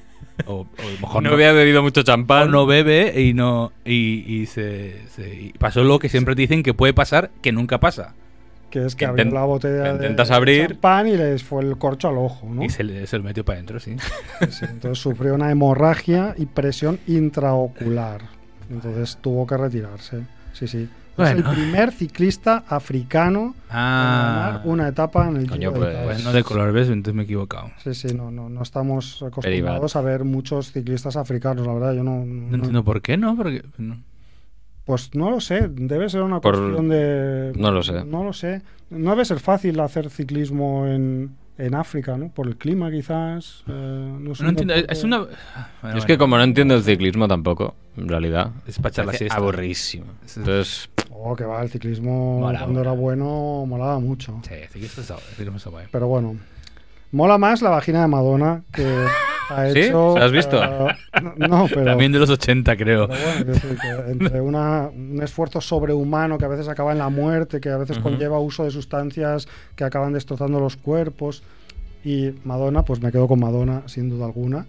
S2: O, o a lo mejor
S1: no había bebido mucho
S2: o
S1: champán.
S2: no bebe y no y, y se, se- y pasó lo que siempre dicen que puede pasar que nunca pasa
S3: Que es que,
S1: que
S3: abrió
S1: intent-
S3: la botella
S1: que
S3: de
S1: intentas abrir.
S3: champán y les fue el corcho al ojo, ¿no?
S2: y se le, se lo metió para adentro sí
S3: Sí, Entonces sufrió una hemorragia y presión intraocular. Entonces tuvo que retirarse. Sí, sí. Es
S2: Bueno.
S3: el primer ciclista africano en
S2: ah
S3: ganar una etapa en el
S1: Coño,
S3: Giro de
S1: pues,
S3: Italia.
S2: pues no de color ves entonces me he equivocado
S3: Sí, sí, no, no, no estamos acostumbrados a ver muchos ciclistas africanos, la verdad, yo no...
S2: no entiendo por qué no porque no.
S3: Pues no lo sé, debe ser una
S1: Por-
S3: cuestión de...
S1: no lo sé.
S3: No lo sé. No debe ser fácil hacer ciclismo en, en África, ¿no? Por el clima quizás, eh, no sé.
S2: No entiendo
S3: tampoco.
S2: es una
S1: Yo
S2: bueno,
S1: es que
S2: bueno,
S1: como no entiendo el ciclismo tampoco, en realidad.
S2: es para echar la
S1: parece
S2: siesta.
S1: aburrísimo.
S2: Sí.
S1: Entonces,
S3: Oh, que va, el ciclismo
S2: Mola,
S3: cuando
S2: mola.
S3: era bueno molaba mucho.
S2: Sí, sí que esto es guay, sí que está guay.
S3: Pero bueno, mola más la vagina de Madonna que ha
S1: ¿Sí?
S3: hecho...
S1: ¿La has visto?
S3: eh, no, no, pero...
S2: También de los 80, creo.
S3: Pero bueno, quiero decir que entre una- un esfuerzo sobrehumano que a veces acaba en la muerte, que a veces
S1: Ujú.
S3: conlleva uso de sustancias que acaban destrozando los cuerpos, y Madonna, pues me quedo con Madonna, sin duda alguna,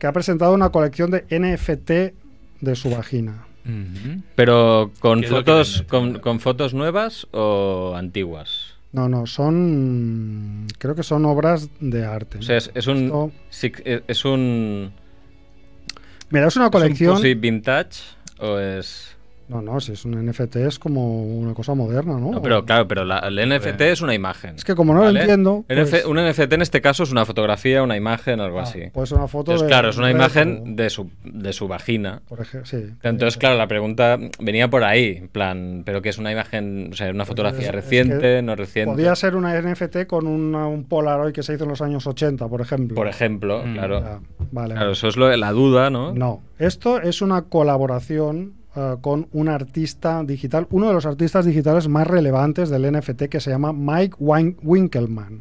S3: que ha presentado una colección de NFT de su vagina.
S2: Ujú.
S1: pero con
S2: ¿Qué es lo que
S1: fotos
S2: vende?
S1: con, con fotos nuevas o antiguas.
S3: No, no, son. Creo que son obras de arte.
S1: O sea, es, es un
S3: Esto-
S1: sí, es- es un
S3: Mira, es una
S1: ¿Es
S3: colección.
S1: un pussy vintage o es
S3: no, no, si es un NFT es como una cosa moderna, ¿no?
S1: No, pero claro, pero la- el NFT es una imagen.
S3: Oh. Es que como no
S1: ¿vale?
S3: lo entiendo.
S1: NF
S3: pues-
S1: un NFT en este caso es una fotografía, una imagen, algo
S3: ah,
S1: así.
S3: Pues una foto.
S1: Entonces,
S3: de-
S1: claro, es una
S3: de-
S1: imagen de su, de su vagina.
S3: Por ejemplo, sí. eh,
S1: Entonces, claro, la pregunta venía por ahí, en plan, pero que es una imagen, o sea, una fotografía
S3: Pues es que
S1: reciente, no reciente.
S3: Podría ser una NFT con una- un Polaroid que se hizo en los años 80, por ejemplo.
S1: Por ejemplo,
S2: Mm,
S1: claro.
S3: Ah, vale.
S1: Claro, eso es lo, la duda, ¿no?
S3: No, esto es una colaboración eh, con un artista digital, uno de los artistas digitales más relevantes del NFT que se llama Mike Win- Winkelmann.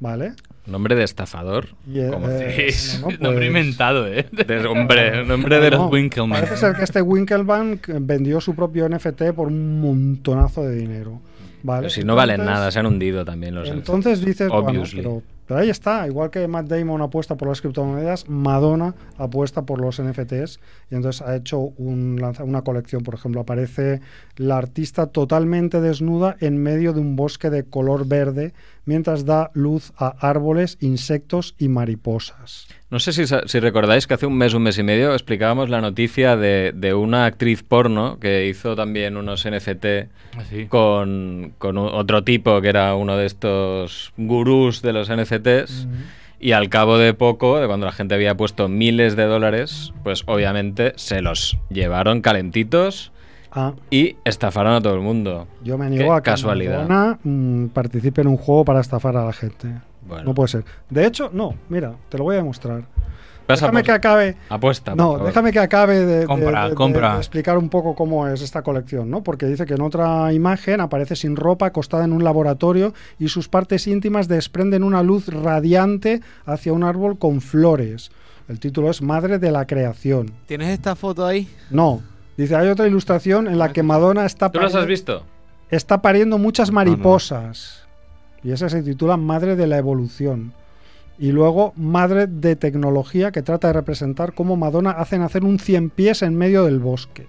S3: ¿Vale?
S1: Nombre de estafador.
S3: Y, eh,
S1: ¿Cómo?
S3: eh,
S2: Es
S3: no, no,
S2: nombre
S3: pues-
S2: inventado, ¿eh?
S1: De- hombre, nombre de
S2: De los
S1: los...
S3: No,
S2: Winkelmann.
S3: Parece ser que este Winkelmann eh, vendió su propio NFT por un montonazo de dinero. ¿vale?
S1: Pero Si no valen
S3: Entonces-
S1: nada, se han hundido también los...
S3: Entonces dices, bueno,
S1: Obviously.
S3: pero, pero ahí está, igual que Matt Damon apuesta por las criptomonedas, Madonna apuesta por los NFTs y entonces ha hecho un lanza- una colección, por ejemplo, aparece la artista totalmente desnuda en medio de un bosque de color verde mientras da luz a árboles, insectos y mariposas.
S1: No sé si, sa- si recordáis que hace un mes, un mes y medio, explicábamos la noticia de, de una actriz porno que hizo también unos NFT
S2: Así.
S1: con, con u- otro tipo que era uno de estos gurús de los NFTs.
S3: Mm.
S1: Y al cabo de poco, de cuando la gente había puesto miles de dólares, pues obviamente se los llevaron calentitos
S3: Ah,
S1: y estafaron a todo el mundo.
S3: yo me
S1: Qué
S3: niego a que
S1: casualidad.
S3: Madonna mm, participe en un juego para estafar a la gente.
S1: Bueno,
S3: No puede ser. De hecho, no, mira, te lo voy a demostrar.
S1: vas a
S3: Déjame
S1: apos-
S3: que acabe.
S1: apuesta. por
S3: No,
S1: favor.
S3: déjame que acabe de- de,
S2: Compra,
S3: de- de-
S2: compra.
S3: de explicar un poco cómo es esta colección, ¿no? Porque dice que en otra imagen aparece sin ropa, acostada en un laboratorio y sus partes íntimas desprenden una luz radiante hacia un árbol con flores. El título es Madre de la Creación.
S4: ¿Tienes esta foto ahí?
S3: No, dice, hay otra ilustración en la que Madonna está,
S1: ¿Tú las has
S3: pari-
S1: visto?
S3: está pariendo
S1: Ah,
S3: muchas mariposas. Y esa se titula Madre de la Evolución. Y luego Madre de Tecnología, que trata de representar cómo Madonna hace nacer un cien pies en medio del bosque.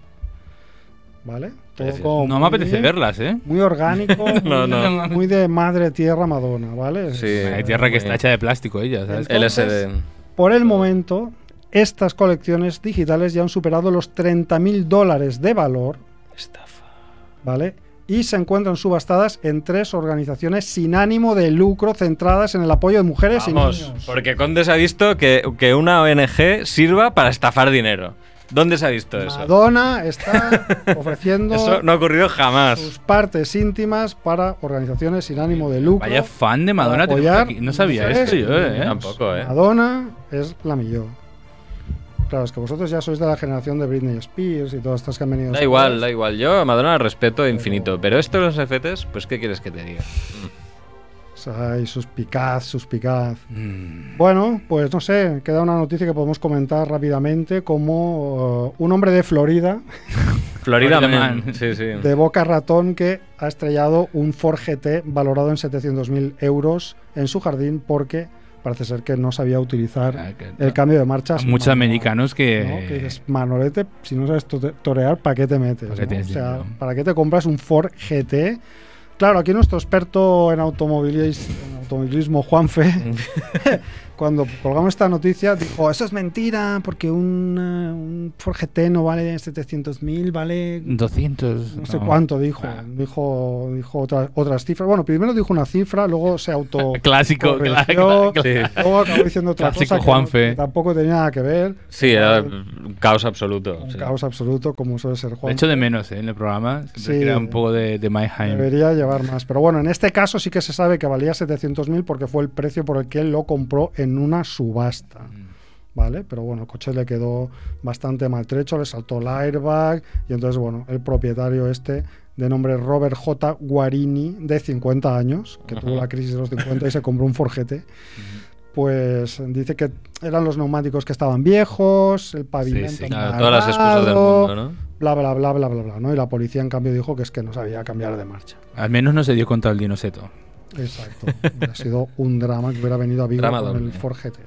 S3: ¿Vale? Todo
S1: Precioso.
S3: como
S2: Pues, No me apetece
S3: muy-
S2: verlas, ¿eh?
S3: Muy orgánico,
S1: No,
S3: muy,
S1: no.
S3: muy de madre tierra Madonna, ¿vale?
S1: Sí.
S3: Eh,
S2: Hay tierra que
S1: muy-
S2: está hecha de plástico ella, ¿sabes?
S3: El- Entonces-
S1: LSD.
S3: Por el momento, estas colecciones digitales ya han superado los 30.000 dólares de valor
S1: Estafa.
S3: ¿vale? y se encuentran subastadas en tres organizaciones sin ánimo de lucro centradas en el apoyo de mujeres y
S1: Vamos,
S3: niños.
S1: porque Condes ha visto que, que una ONG sirva para estafar dinero. ¿Dónde se ha visto eso?
S3: Madonna está ofreciendo
S1: Eso no ha ocurrido jamás.
S3: sus partes íntimas para organizaciones sin ánimo de lucro.
S2: Vaya fan de Madonna
S3: Para
S2: tenemos
S3: apoyar
S2: aquí. No sabía
S3: mujeres
S2: esto yo,
S3: y
S2: ¿eh?
S3: niños.
S1: Tampoco, ¿eh?
S3: Madonna es la mejor. Claro, es que vosotros ya sois de la generación de Britney Spears y todas estas que han venido.
S1: Da
S3: después.
S1: igual, da igual. Yo a Madonna la respeto infinito. Pero esto de los efetes, pues ¿qué quieres que te diga?
S3: O sea, y suspicaz, suspicaz.
S2: Mm.
S3: Bueno, pues no sé, queda una noticia que podemos comentar rápidamente, como eh, un hombre de Florida,
S1: Florida
S2: Florida
S1: Man.
S2: Man.
S1: Sí, sí.
S3: de boca ratón, que ha estrellado un Ford GT valorado en 700.000 euros en su jardín porque parece ser que no sabía
S2: Ah,
S3: utilizar
S2: que-
S3: el cambio de marchas.
S2: A Muchos
S3: manual,
S2: americanos
S3: ¿no? Que
S2: que...
S3: dices, Manolete, si no sabes tote- torear, ¿para qué te metes?
S2: ¿Pa' qué
S3: no?
S2: tienes
S3: O sea,
S2: dinero?
S3: ¿para qué te compras un Ford GT? Claro, aquí nuestro experto en automovilismo, en automovilismo Juanfe, cuando colgamos esta noticia, dijo, eso es mentira, porque un, eh, un Ford GT no vale 700.000, vale
S2: 200...
S3: no sé cuánto, dijo.
S2: Ah.
S3: Dijo, dijo otra- otras cifras. Bueno, primero dijo una cifra, luego se auto...
S2: Clásico,
S3: corrigió,
S2: cla- cla- cla-
S3: Luego acabó diciendo otra
S2: Clásico
S3: cosa que no-
S2: Juanfe.
S3: que tampoco tenía nada que ver.
S1: Sí, era un caos absoluto.
S3: Un
S1: sí.
S3: caos absoluto, como suele ser Juan.
S2: Lo echo de menos ¿eh? en el programa.
S3: Sí.
S2: Siempre era un poco de, de My Heim.
S3: Debería llevar más. Pero bueno, en este caso sí que se sabe que valía 700.000 porque fue el precio por el que él lo compró en una subasta. ¿Vale? Pero bueno, el coche le quedó bastante maltrecho, le saltó el airbag y entonces, bueno, el propietario este de nombre Robert J. Guarini, de 50 años, que tuvo la crisis de los 50 y se compró un forjete, pues dice que eran los neumáticos que estaban viejos, el
S2: Sí,
S3: pavimento
S2: sí,
S1: Claro, todas las excusas del
S3: embarrado,
S1: mundo, ¿no?
S3: bla, bla, bla, bla, bla, bla, ¿no? Y la policía, en cambio, dijo que es que no sabía cambiar de marcha.
S2: Al menos no se dio contra el dinoseto.
S3: Exacto. Hubiera sido un drama que hubiera venido a Vigo
S1: Drama
S3: con el
S1: doble.
S3: Forgete.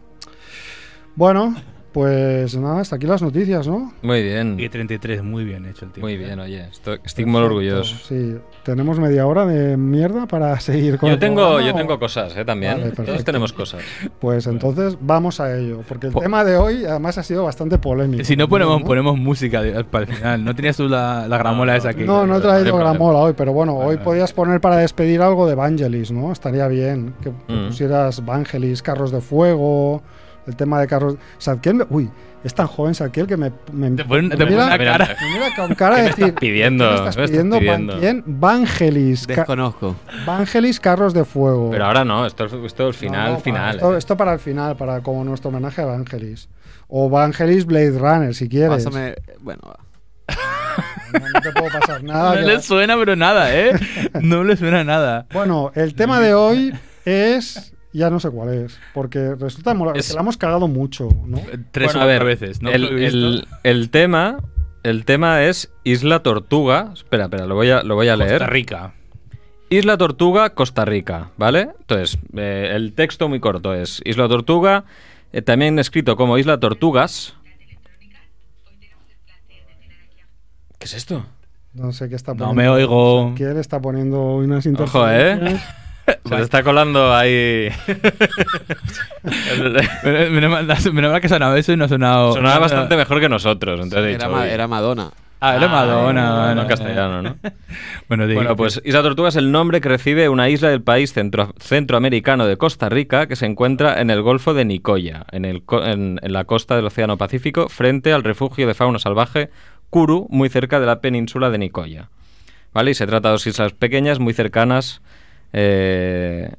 S3: Bueno, pues nada, hasta aquí las noticias, ¿no?
S1: Muy
S2: Y
S1: bien.
S2: 33, muy bien hecho el tío.
S1: Muy bien, oye. Estoy, estoy muy orgulloso.
S3: Sí, tenemos media hora de mierda para seguir con
S1: Yo
S3: el
S1: tengo,
S3: programa,
S1: yo
S3: ¿o?
S1: tengo cosas, ¿eh? También.
S3: Vale, perfecto.
S1: Todos tenemos cosas.
S3: Pues entonces vamos a ello, porque el
S2: Po-
S3: tema de hoy además ha sido bastante polémico.
S2: Si no ponemos,
S3: ¿no?
S2: ponemos música de- para el final. ¿No tenías tú la, la gramola
S1: No,
S2: esa que.?
S3: No, no he
S1: Vale,
S3: traído
S1: vale.
S3: gramola hoy, pero bueno, hoy
S2: vale.
S3: podías poner para despedir algo de Vangelis, ¿no? Estaría bien que que
S1: Mm.
S3: pusieras Vangelis, carros de fuego, el tema de carros. Sadkiel, me- uy, es tan joven Sadkiel que me, me-
S2: Te ponen, te
S3: me
S2: ponen
S3: mira,
S2: una
S1: mira,
S2: cara.
S3: me mira con cara de decir.
S1: Pidiendo.
S3: ¿qué me estás
S1: me estás
S3: pidiendo,
S1: pidiendo.
S3: pan? ¿Quién? Vangelis, ca-
S4: Desconozco.
S3: Vangelis, carros de fuego.
S1: Pero ahora no, esto, esto el final,
S3: No, no, para-
S1: final.
S3: Esto,
S1: ¿eh?
S3: esto para el final, para como nuestro homenaje a Vangelis. O Vangelis Blade Runner, si quieres.
S4: Pásame. Bueno, va.
S3: No, no te puedo pasar nada.
S2: no
S3: que
S2: le
S3: va-
S2: suena, pero nada, ¿eh? No le suena nada.
S3: Bueno, el tema de hoy es. Ya no sé cuál es, porque resulta mola-
S1: Es-
S3: que la hemos cagado mucho, ¿no?
S2: Tres
S1: Bueno,
S2: o
S1: a ver,
S2: cuatro veces, ¿no?
S1: El,
S2: Lo he visto.
S1: el- el tema, el tema es Isla Tortuga. Espera, espera, lo voy a, lo voy a leer.
S2: Costa Rica.
S1: Isla Tortuga, Costa Rica, ¿vale? Entonces, eh, el texto muy corto es Isla Tortuga, eh, también escrito como Isla Tortugas. ¿Qué es esto?
S3: No sé qué está
S2: No
S3: poniendo.
S2: me oigo.
S3: ¿Quién está poniendo unas
S1: Ojo,
S3: interferencias?
S1: ¿eh? Se te está colando ahí.
S2: Menos menos mal menos mal que ha sonado eso y no ha sonado.
S1: Sonaba bastante mejor que nosotros, entonces he
S4: Era,
S1: dicho,
S4: Ma-
S1: "Uy".
S4: era Madonna.
S2: Ah, era
S1: Ah,
S2: Madonna. eh.
S1: no,
S2: bueno.
S1: castellano, ¿no?
S2: Bueno, digo,
S1: Bueno, pues Isla Tortuga es el nombre que recibe una isla del país centro- centroamericano de Costa Rica que se encuentra en el Golfo de Nicoya, en, el co- en- en la costa del Océano Pacífico, frente al refugio de fauna salvaje Kuru, muy cerca de la península de Nicoya. ¿Vale? Y se trata de dos islas pequeñas muy cercanas eh,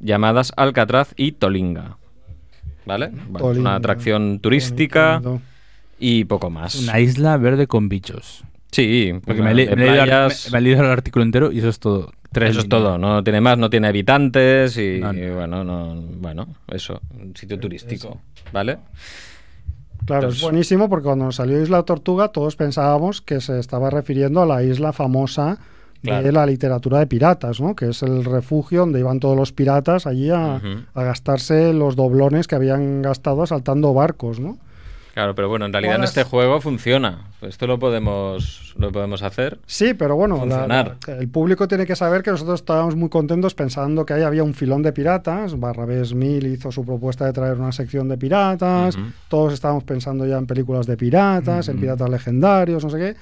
S1: llamadas Alcatraz y Tolinga. ¿Vale? Bueno, es
S3: Tolinga.
S1: una atracción turística
S3: Bonito, lindo.
S1: y poco más.
S2: Una isla verde con bichos.
S1: Sí,
S2: Porque
S1: una
S2: me, he le-
S1: de
S2: me he leído, el ar-
S1: playas.
S2: me- me he leído el artículo entero y eso es todo. Tres
S1: eso es
S2: líneas.
S1: todo, no tiene más, no tiene habitantes y,
S2: No, no.
S1: y bueno, no, bueno, eso, un sitio turístico, ¿vale?
S3: Claro, es
S1: Entonces-
S3: buenísimo porque cuando salió Isla Tortuga todos pensábamos que se estaba refiriendo a la isla famosa
S1: Claro.
S3: de la literatura de piratas, ¿no? Que es el refugio donde iban todos los piratas allí a,
S1: Ujú.
S3: a gastarse los doblones que habían gastado asaltando barcos, ¿no?
S1: Claro, pero bueno, en realidad en
S3: Ahora
S1: este
S3: es-
S1: juego funciona. Esto lo podemos, lo podemos hacer.
S3: Sí, pero bueno, la-
S1: Funcionar.
S3: la- el público tiene que saber que nosotros estábamos muy contentos pensando que ahí había un filón de piratas. Barrabés Mil hizo su propuesta de traer una sección de piratas.
S1: Ujú.
S3: Todos estábamos pensando ya en películas de piratas, en piratas legendarios, no sé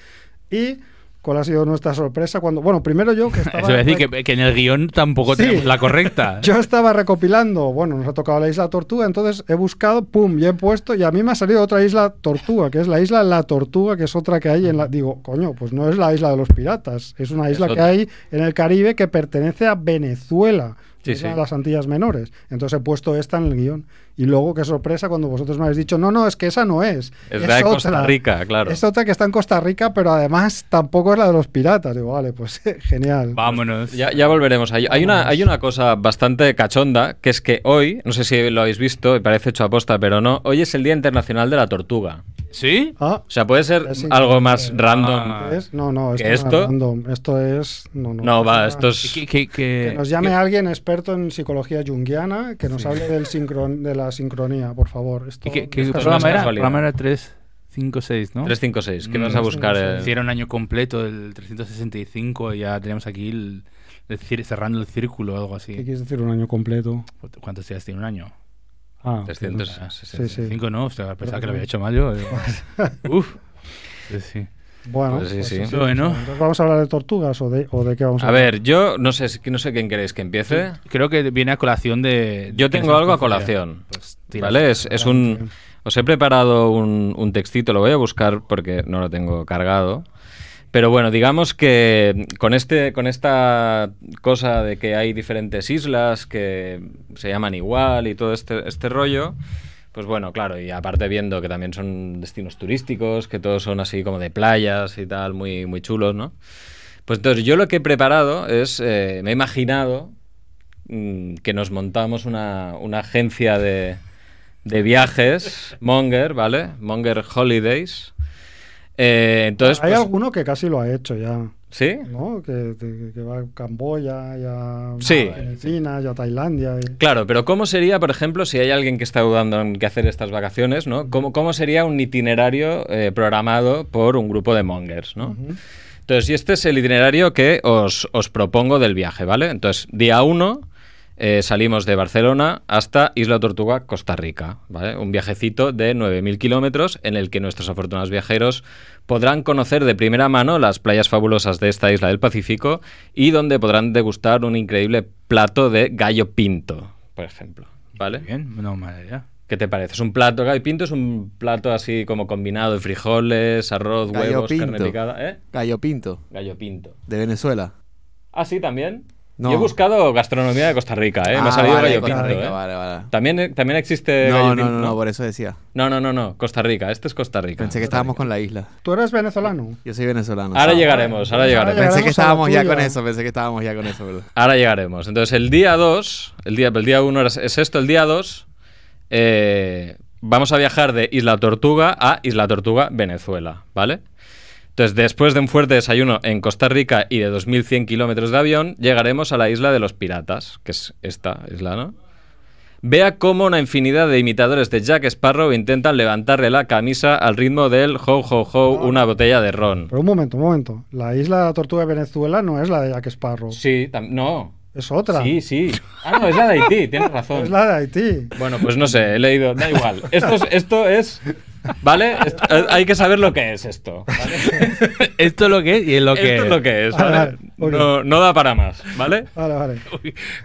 S3: qué. Y ¿Cuál ha sido nuestra sorpresa cuando... Bueno, primero yo que estaba...
S2: Eso voy a decir que, que en el guión tampoco
S3: pues Sí.
S2: tenemos la correcta.
S3: Yo estaba recopilando, bueno, nos ha tocado la isla Tortuga, entonces he buscado, pum, y he puesto, y a mí me ha salido otra isla Tortuga, que es la isla La Tortuga, que es otra que hay en la. Digo, coño, pues no es la isla de los piratas, es una isla que
S1: otra.
S3: hay en el Caribe que pertenece a Venezuela,
S1: Sí,
S3: es una
S1: sí.
S3: de las Antillas Menores. Entonces he puesto esta en el guión. Y luego, qué sorpresa cuando vosotros me habéis dicho, no, no, es que esa no es.
S1: Es la de Costa
S3: otra".
S1: Rica, claro.
S3: Es otra que está en Costa Rica, pero además tampoco es la de los piratas. Digo, vale, pues genial.
S2: Vámonos.
S1: Ya, ya volveremos. ahí. Hay, una, hay una cosa bastante cachonda, que es que hoy, no sé si lo habéis visto, y parece hecho aposta, pero no, hoy es el Día Internacional de la Tortuga.
S2: ¿Sí?
S3: Ah,
S1: O sea, puede ser
S3: Es
S1: algo
S3: increíble.
S1: más random.
S2: Ah.
S3: ¿Qué es? No, no, esto,
S1: ¿Que
S3: no
S1: esto?
S3: es random. Esto es. No, no,
S1: No, va, esto es... eh,
S2: Que, que- que-
S3: Que nos llame
S2: que-
S3: alguien experto en psicología junguiana que nos hable del sincron- de la sincronía, por favor. Esto,
S2: que- que- que el
S3: esto es-
S1: más
S2: programa era,
S1: casualidad.
S2: programa era 3, 5, 6, ¿no?
S1: 356, que
S2: Mm,
S1: vas a buscar...
S3: sí, sí.
S1: eh,
S2: Si era un año completo, el 365, ya teníamos aquí el, el cir- cerrando el círculo o algo
S3: ¿Qué
S2: así.
S3: quieres decir un año completo?
S2: ¿Cuántos días tiene un año?
S3: Ah,
S2: 365, ¿no? O sea, pensaba que
S3: Creo que
S2: lo había
S3: sí.
S2: hecho mal yo. Uf. Sí, sí. ¿eh,
S3: bueno,
S1: Pues sí, sí.
S3: eso
S2: Bueno.
S3: Entonces, ¿Vamos a hablar de tortugas o de, o de qué vamos a,
S1: A ver, yo no sé, si- no sé quién queréis que empiece.
S2: Creo que viene a colación de...
S1: Yo tengo algo a colación.
S2: Pues
S1: ¿Vale? Es, es un. Os he preparado un, un textito, lo voy a buscar porque no lo tengo cargado. Pero bueno, digamos que con, este, con esta cosa de que hay diferentes islas que se llaman igual y todo este, este rollo, pues bueno, claro, y aparte viendo que también son destinos turísticos, que todos son así como de playas y tal, muy, muy chulos, ¿no? Pues entonces yo lo que he preparado es, eh, me he imaginado mm, que nos montamos una, una agencia de, de viajes, Monger, ¿vale? Monger Holidays. Eh, entonces,
S3: Hay
S1: pues-
S3: alguno que casi lo ha hecho ya,
S1: ¿sí?
S3: ¿no? Que, que- que va a Camboya, y a
S1: Sí.
S3: Filipinas, y a Tailandia. y-
S1: Claro, pero ¿cómo sería, por ejemplo, si hay alguien que está dudando en qué hacer estas vacaciones, ¿no? ¿Cómo, cómo sería un itinerario eh, programado por un grupo de mongers, ¿no?
S3: Ujú.
S1: Entonces, y este es el itinerario que os, os propongo del viaje, ¿vale? Entonces, día 1 salimos de Barcelona hasta Isla Tortuga, Costa Rica, ¿vale? Un viajecito de 9.000 kilómetros en el que nuestros afortunados viajeros podrán conocer de primera mano las playas fabulosas de esta isla del Pacífico y donde podrán degustar un increíble plato de gallo pinto, por ejemplo, ¿vale?
S2: Bien, no, mala idea.
S1: ¿Qué te parece? Es un plato, gallo pinto es un plato así como combinado de frijoles, arroz,
S4: Gallo
S1: huevos, carne
S4: pinto.
S1: picada, ¿eh?
S4: Gallo Pinto,
S1: Gallo pinto.
S4: de Venezuela.
S1: Ah, sí, también.
S4: No.
S1: Yo he buscado gastronomía de Costa Rica, ¿eh? Me ha
S4: Ah,
S1: salido
S4: vale,
S1: gallo
S4: Costa
S1: pinto,
S4: Rica,
S1: ¿eh?
S4: vale, vale.
S1: También, eh, también existe
S4: No,
S1: gallo
S4: no,
S1: pinto,
S4: no, no, por eso decía.
S1: No, no, no, no, Costa Rica. Este es Costa Rica.
S4: Pensé que estábamos con la isla.
S3: ¿Tú eres venezolano?
S4: Yo soy venezolano.
S1: Ahora llegaremos, ahora llegaremos.
S4: Pensé
S3: llegaremos a
S4: que
S3: la
S4: estábamos ya
S3: tuya.
S4: con eso, pensé que estábamos ya con eso, ¿verdad?
S1: Ahora llegaremos. Entonces, el día 2, el día 1 el día uno era- es esto, el día 2, vamos a viajar de Isla Tortuga a Isla Tortuga, Venezuela, ¿vale? Entonces, después de un fuerte desayuno en Costa Rica y de 2.100 kilómetros de avión, llegaremos a la isla de los piratas, que es esta isla, ¿no? Vea cómo una infinidad de imitadores de Jack Sparrow intentan levantarle la camisa al ritmo del ho ho ho, una botella de ron.
S3: Pero un momento, un momento. La isla de la tortuga de Venezuela no es la de Jack Sparrow.
S1: Sí, tam- no.
S3: Es otra.
S1: Sí, sí. Ah, no, es la de Haití, tienes razón.
S3: Es la de Haití.
S1: Bueno, pues no sé, he leído, da igual. Esto es, esto es ¿vale? Esto- eh, hay que saber lo que es esto. ¿vale?
S2: Esto es lo que es y es lo que...
S1: Esto es lo que es,
S3: Vale,
S1: ¿vale?
S3: vale, ok.
S1: No, no da para más, ¿vale?
S3: Vale, vale.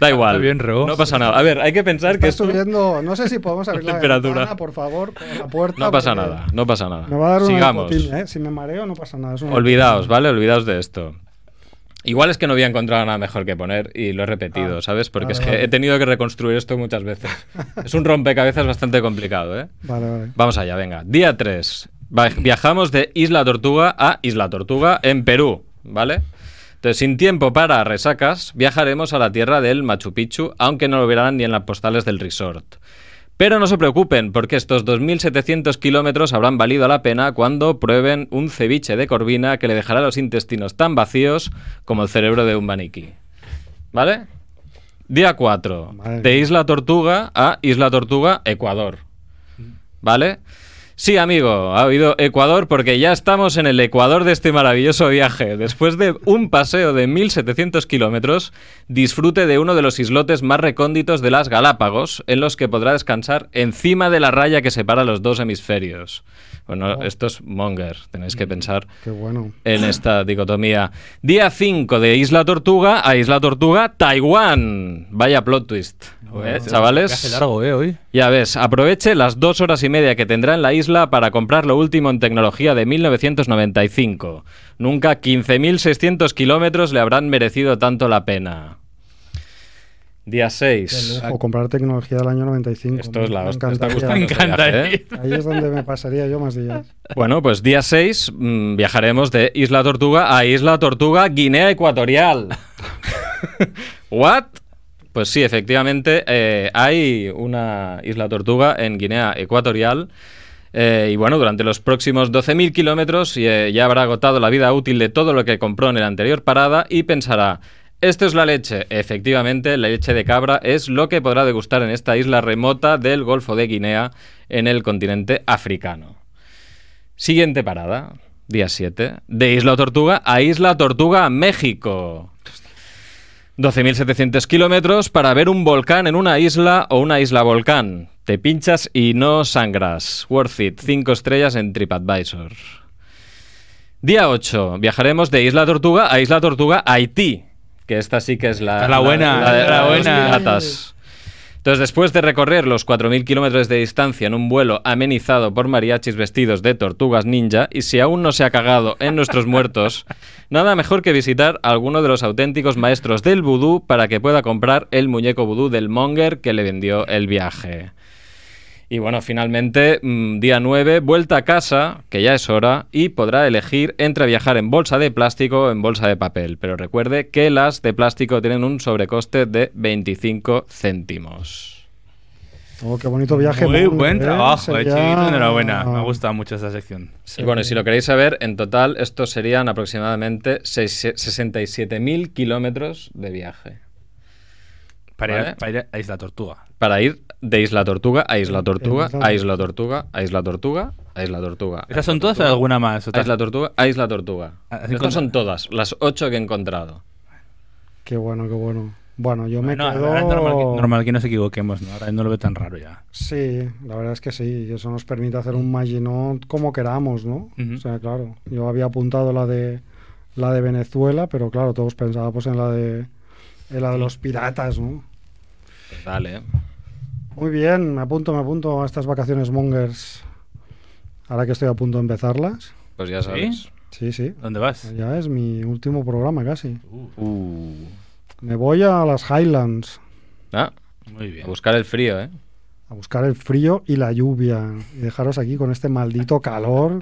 S1: Da igual.
S2: Está bien, Rebo.
S1: No pasa nada. A ver, hay que pensar que
S3: Está
S1: esto
S3: subiendo. No sé si podemos abrir la
S1: temperatura.
S3: ventana, por favor, por la puerta.
S1: no pasa
S3: porque
S1: nada, no pasa nada.
S3: Me va a dar una
S1: Sigamos.
S3: hipotinia, ¿eh? Si me mareo, no pasa nada. es una-
S1: Olvidaos, ¿vale? Olvidaos de esto. Igual es que no había encontrado nada mejor que poner y lo he repetido,
S3: Ah,
S1: ¿sabes? Porque
S3: vale,
S1: es que
S3: vale.
S1: he tenido que reconstruir esto muchas veces. es un rompecabezas bastante complicado, ¿eh?
S3: Vale, vale.
S1: Vamos allá, venga. Día 3. Viajamos de Isla Tortuga a Isla Tortuga en Perú, ¿vale? Entonces, sin tiempo para resacas, viajaremos a la tierra del Machu Picchu, aunque no lo verán ni en las postales del resort. Pero no se preocupen, porque estos 2.700 kilómetros habrán valido la pena cuando prueben un ceviche de corvina que le dejará los intestinos tan vacíos como el cerebro de un maniquí. ¿Vale? Día 4.
S3: Madre
S1: De
S3: mía.
S1: Isla Tortuga a Isla Tortuga, Ecuador. ¿Vale? Sí, amigo, ha habido Ecuador porque ya estamos en el Ecuador de este maravilloso viaje. Después de un paseo de 1700 kilómetros, disfrute de uno de los islotes más recónditos de las Galápagos, en los que podrá descansar encima de la raya que separa los dos hemisferios. Bueno, esto es Monger, tenéis que pensar
S3: Qué bueno.
S1: en esta dicotomía. Día 5 de Isla Tortuga a Isla Tortuga, Taiwán. Vaya plot twist. ¿eh,
S2: Hace
S1: chavales,
S2: largo, ¿eh? Hoy.
S1: ya ves, aproveche las dos horas y media que tendrá en la isla para comprar lo último en tecnología de 1995. Nunca 15.600 kilómetros le habrán merecido tanto la pena. Día 6.
S3: O comprar tecnología del año 95.
S1: Esto es la
S3: Me
S1: hostia. está
S3: encantaría.
S1: gustando
S2: Me
S1: este
S2: encanta,
S1: viaje, ¿eh?
S3: Ahí es donde me pasaría yo más días.
S1: Bueno, pues día 6 viajaremos de Isla Tortuga a Isla Tortuga, Guinea Ecuatorial. ¿What? Pues sí, efectivamente, eh, hay una Isla Tortuga en Guinea Ecuatorial. eh, y bueno, durante los próximos 12.000 kilómetros eh, ya habrá agotado la vida útil de todo lo que compró en la anterior parada y pensará, esto es la leche. Efectivamente, la leche de cabra es lo que podrá degustar en esta isla remota del Golfo de Guinea en el continente africano. Siguiente parada, día 7, de Isla Tortuga a Isla Tortuga, México. 12.700 kilómetros para ver un volcán en una isla o una isla volcán. Te pinchas y no sangras. Worth it. 5 estrellas en TripAdvisor. Día 8. Viajaremos de Isla Tortuga a Isla Tortuga, Haití. Que esta sí que es la,
S2: La buena, la
S1: de los
S2: buena.
S1: piratas. Entonces, después de recorrer los 4.000 kilómetros de distancia en un vuelo amenizado por mariachis vestidos de tortugas ninja, y si aún no se ha cagado en nuestros muertos, nada mejor que visitar a alguno de los auténticos maestros del vudú para que pueda comprar el muñeco vudú del monger que le vendió el viaje. Y bueno, finalmente, mm, día 9, vuelta a casa, que ya es hora, y podrá elegir entre viajar en bolsa de plástico o en bolsa de papel. Pero recuerde que las de plástico tienen un sobrecoste de 25 céntimos.
S3: Oh, qué bonito viaje.
S2: Muy
S3: Monger,
S2: buen
S3: ¿eh?
S2: trabajo, eh,
S3: Sería-
S2: chiquito. Enhorabuena. Me ha gustado mucho esta sección.
S1: Y bueno, y si lo queréis saber, en total estos serían aproximadamente seis- 67.000 kilómetros de viaje.
S2: Para, ir,
S1: Vale.
S2: a- para ir a Isla Tortuga.
S1: Para ir de Isla Tortuga a
S3: Eh,
S1: Isla Tortuga,
S3: Isla
S1: a Isla Tortuga, a Isla Tortuga, a Isla Tortuga. a
S2: ¿Esas son
S1: Isla
S2: todas o
S1: Tortuga.
S2: alguna más?
S1: A
S2: Otra-
S1: Isla Tortuga, a Isla Tortuga.
S2: Ah, has
S1: Estas son
S2: encontrado.
S1: todas, las ocho que he encontrado.
S3: Qué bueno, qué bueno. Bueno, yo me
S2: No,
S3: quedo.
S2: ahora es normal, que, normal que nos equivoquemos, ¿no? Ahora no lo veo tan raro ya.
S3: Sí, la verdad es que sí. Y eso nos permite hacer un Maginot como queramos, ¿no?
S2: Ujú.
S3: O sea, claro. Yo había apuntado la de la de Venezuela, pero claro, todos pensábamos en la de en la de los piratas, ¿no?
S1: Pues dale.
S3: Muy bien, me apunto, me apunto a estas vacaciones mongers. Ahora que estoy a punto de empezarlas.
S1: Pues ya sabes.
S3: Sí, sí.
S2: ¿Dónde vas?
S3: Ya es mi último programa casi.
S1: Uh.
S3: Me voy a las Highlands
S1: Ah,
S2: Muy bien.
S1: a buscar el frío, ¿eh?
S3: a buscar el frío y la lluvia. Y dejaros aquí con este maldito calor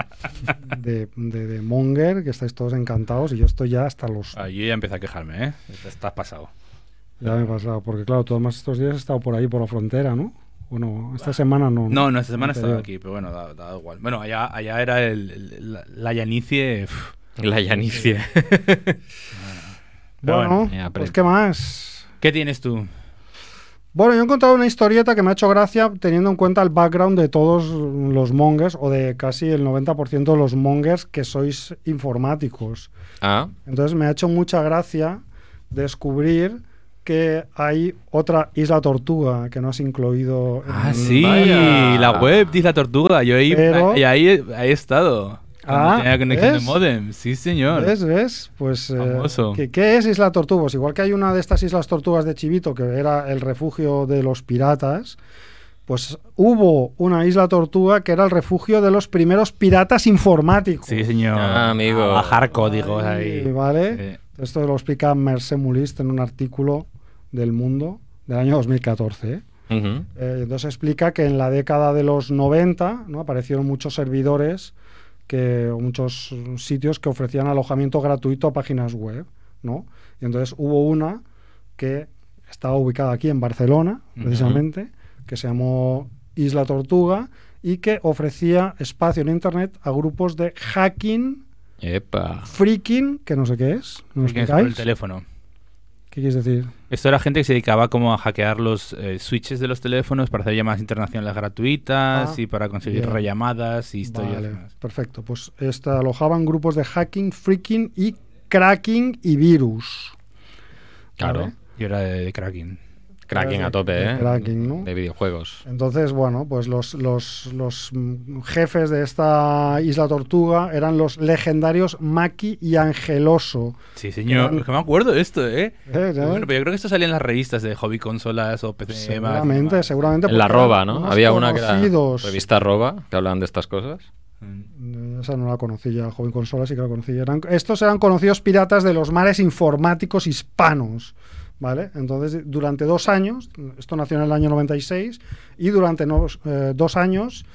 S3: de, de- de Monger, que estáis todos encantados y yo estoy ya hasta los...
S2: Ah, yo ya empiezo a quejarme, ¿eh? Te Estás pasado.
S3: Ya me he pasado, porque claro, todos más estos días he estado por ahí, por la frontera, ¿no? Bueno, esta semana no.
S2: No, no, esta semana estaba
S3: Anterior.
S2: aquí, pero bueno, da, da igual. Bueno, allá, allá era el, el- la, la llanicie. uf.
S1: La llanicie.
S2: Pero
S3: Bueno,
S1: ya
S3: pues
S1: aprieto.
S3: ¿qué más?
S2: ¿Qué tienes tú?
S3: Bueno, yo he encontrado una historieta que me ha hecho gracia teniendo en cuenta el background de todos los mongers o de casi el 90% de los mongers que sois informáticos.
S1: Ah,
S3: Entonces me ha hecho mucha gracia descubrir que hay otra isla tortuga que no has incluido. en
S2: Ah,
S3: el-
S2: sí,
S1: Vaya.
S2: la web dice la tortuga. Yo ahí,
S3: mm, Pero-
S2: y ahí, ahí he estado. Cuando
S3: Ah,
S2: tenía la conexión
S3: ¿ves?
S2: de modem. Sí, señor.
S3: ¿Ves? ¿Ves? Pues. eh,
S2: Famoso.
S3: ¿qué, qué es Isla Tortuga? Pues igual que hay una de estas islas tortugas de Chivito, que era el refugio de los piratas, pues hubo una isla tortuga que era el refugio de los primeros piratas informáticos.
S2: Sí, señor.
S1: Ah, amigo.
S2: A bajar códigos
S3: Sí,
S2: ahí.
S3: ¿Vale?
S2: Eh,
S3: Esto lo explica Merce Mulist en un artículo del Mundo del año 2014. ¿eh?
S1: ujú.
S3: Eh, entonces explica que en la década de los 90 ¿no? aparecieron muchos servidores que, o muchos mm, sitios que ofrecían alojamiento gratuito a páginas web. ¿no? Y entonces hubo una que estaba ubicada aquí en Barcelona, precisamente, que se llamó Isla Tortuga y que ofrecía espacio en Internet a grupos de hacking,
S1: Epa.
S3: freaking, que no sé qué es, ¿me lo
S2: porque es por el
S3: explicáis? ¿Qué
S2: teléfono.
S3: quieres decir?
S2: Esto era gente que se dedicaba como a hackear los eh, switches de los teléfonos para hacer llamadas internacionales gratuitas
S3: Ah,
S2: y para conseguir
S3: bien.
S2: rellamadas y historias
S3: Vale,
S2: más.
S3: perfecto. Pues este, alojaban grupos de hacking, freaking y cracking y virus.
S1: Claro.
S3: ¿Vale?
S2: Yo era de, de cracking.
S1: Cracking a tope,
S3: de
S1: ¿eh?
S3: cracking, ¿no?
S1: De videojuegos.
S3: Entonces, bueno, pues los, los, los, mm, jefes de esta isla tortuga eran los legendarios Maki y Angeloso.
S2: Sí, señor.
S3: Eran-
S2: Que me acuerdo de esto, ¿eh?
S3: ¿eh? ¿no?
S2: Bueno, pero yo creo que esto salía en las revistas de hobby consolas o PC.
S3: seguramente,
S2: Mag-
S3: seguramente.
S1: En la
S3: porque pues
S1: roba,
S3: eran
S1: ¿no?
S3: unos
S1: Había una que era
S3: conocidos.
S1: revista roba, que hablaban de estas cosas.
S3: Mm, Esa no la conocía, Joven Consola sí que la conocía. Eran- estos eran conocidos piratas de los mares informáticos hispanos. ¿Vale? Entonces, durante dos años, esto nació en el año 96, y durante nos- eh, dos años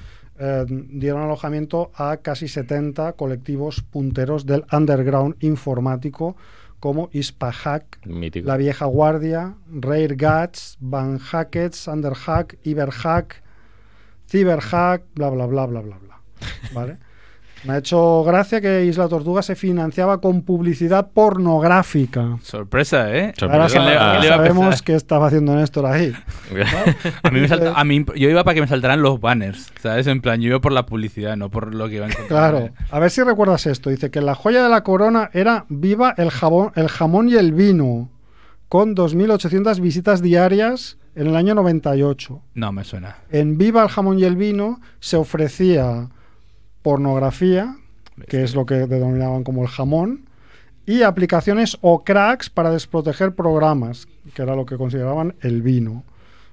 S3: eh, dieron alojamiento a casi 70 colectivos punteros del underground informático como Hispahack,
S1: Mítico.
S3: la Vieja Guardia, Rare Guts, Van Hackets, Underhack, Iberhack, Cyberhack, bla bla bla bla bla bla. ¿Vale? Me ha hecho gracia que Isla Tortuga se financiaba con publicidad pornográfica.
S2: Sorpresa, ¿eh?
S1: Sorpresa.
S3: Ahora
S2: ¿Quién le-
S1: Ah.
S2: quién le va a
S3: sabemos
S2: pensar?
S3: qué estaba haciendo Néstor ahí.
S2: A mí me salta- a mí- yo iba para que me saltaran los banners, ¿sabes? En plan, yo iba por la publicidad, no por lo que iba a encontrar.
S3: Claro. A ver si recuerdas esto. Dice que la joya de la corona era viva el, jabón, el jamón y el vino, con 2.800 visitas diarias en el año 98.
S2: No, me suena.
S3: En Viva el jamón y el vino se ofrecía pornografía, que es lo que denominaban como el jamón, y aplicaciones o cracks para desproteger programas, que era lo que consideraban el vino.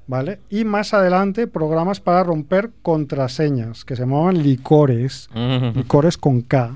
S3: ¿Vale? Y más adelante programas para romper contraseñas, que se llamaban licores,
S1: Mm.
S3: licores con K.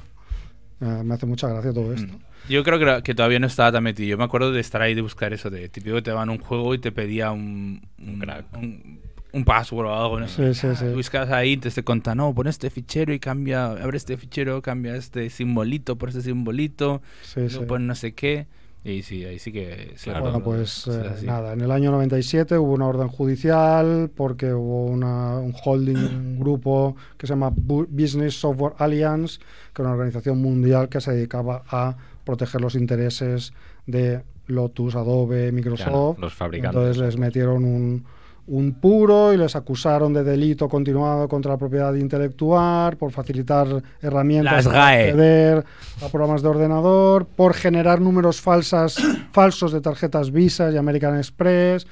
S3: Eh, me hace mucha gracia todo esto.
S2: Mm. Yo creo que, era- que todavía no estaba tan metido. Yo me acuerdo de estar ahí de buscar eso, de típico que te van a un juego y te pedía un, un,
S1: crack.
S2: un, un password o algo. ¿no?
S3: Sí, sí, sí.
S2: Ah, Buscas ahí, te, te cuenta, no, pon este fichero y cambia, abre este fichero, cambia este simbolito por este simbolito,
S3: Sí,
S2: luego
S3: sí.
S2: pon no sé qué. Y sí, ahí sí que... sí
S1: Claro.
S2: recuerdo
S3: Bueno, pues
S2: de-
S3: eh,
S2: sí, así.
S3: nada, en el año 97 hubo una orden judicial porque hubo una- un holding, un grupo que se llama Bu- Business Software Alliance, que era una organización mundial que se dedicaba a proteger los intereses de Lotus, Adobe, Microsoft.
S1: los fabricantes.
S3: Entonces les metieron un, un puro y les acusaron de delito continuado contra la propiedad intelectual, por facilitar herramientas
S2: Las
S3: para
S2: GAE.
S3: acceder a programas de ordenador, por generar números falsas, falsos de tarjetas Visa y American Express.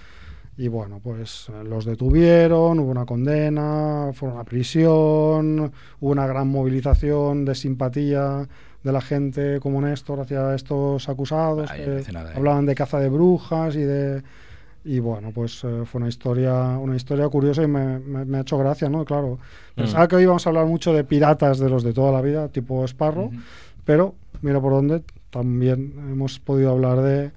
S3: Y bueno, pues eh, los detuvieron, hubo una condena, fueron a prisión, hubo una gran movilización de simpatía de la gente como Néstor hacia estos acusados.
S2: Vaya,
S3: que
S2: no dice nada, ¿eh?
S3: hablaban de caza de brujas y de... Y bueno, pues eh, fue una historia, una historia curiosa y me, me- me ha hecho gracia, ¿no? Claro, pensaba que hoy íbamos a hablar mucho de piratas de los de toda la vida, tipo Esparro, pero mira por dónde también hemos podido hablar de,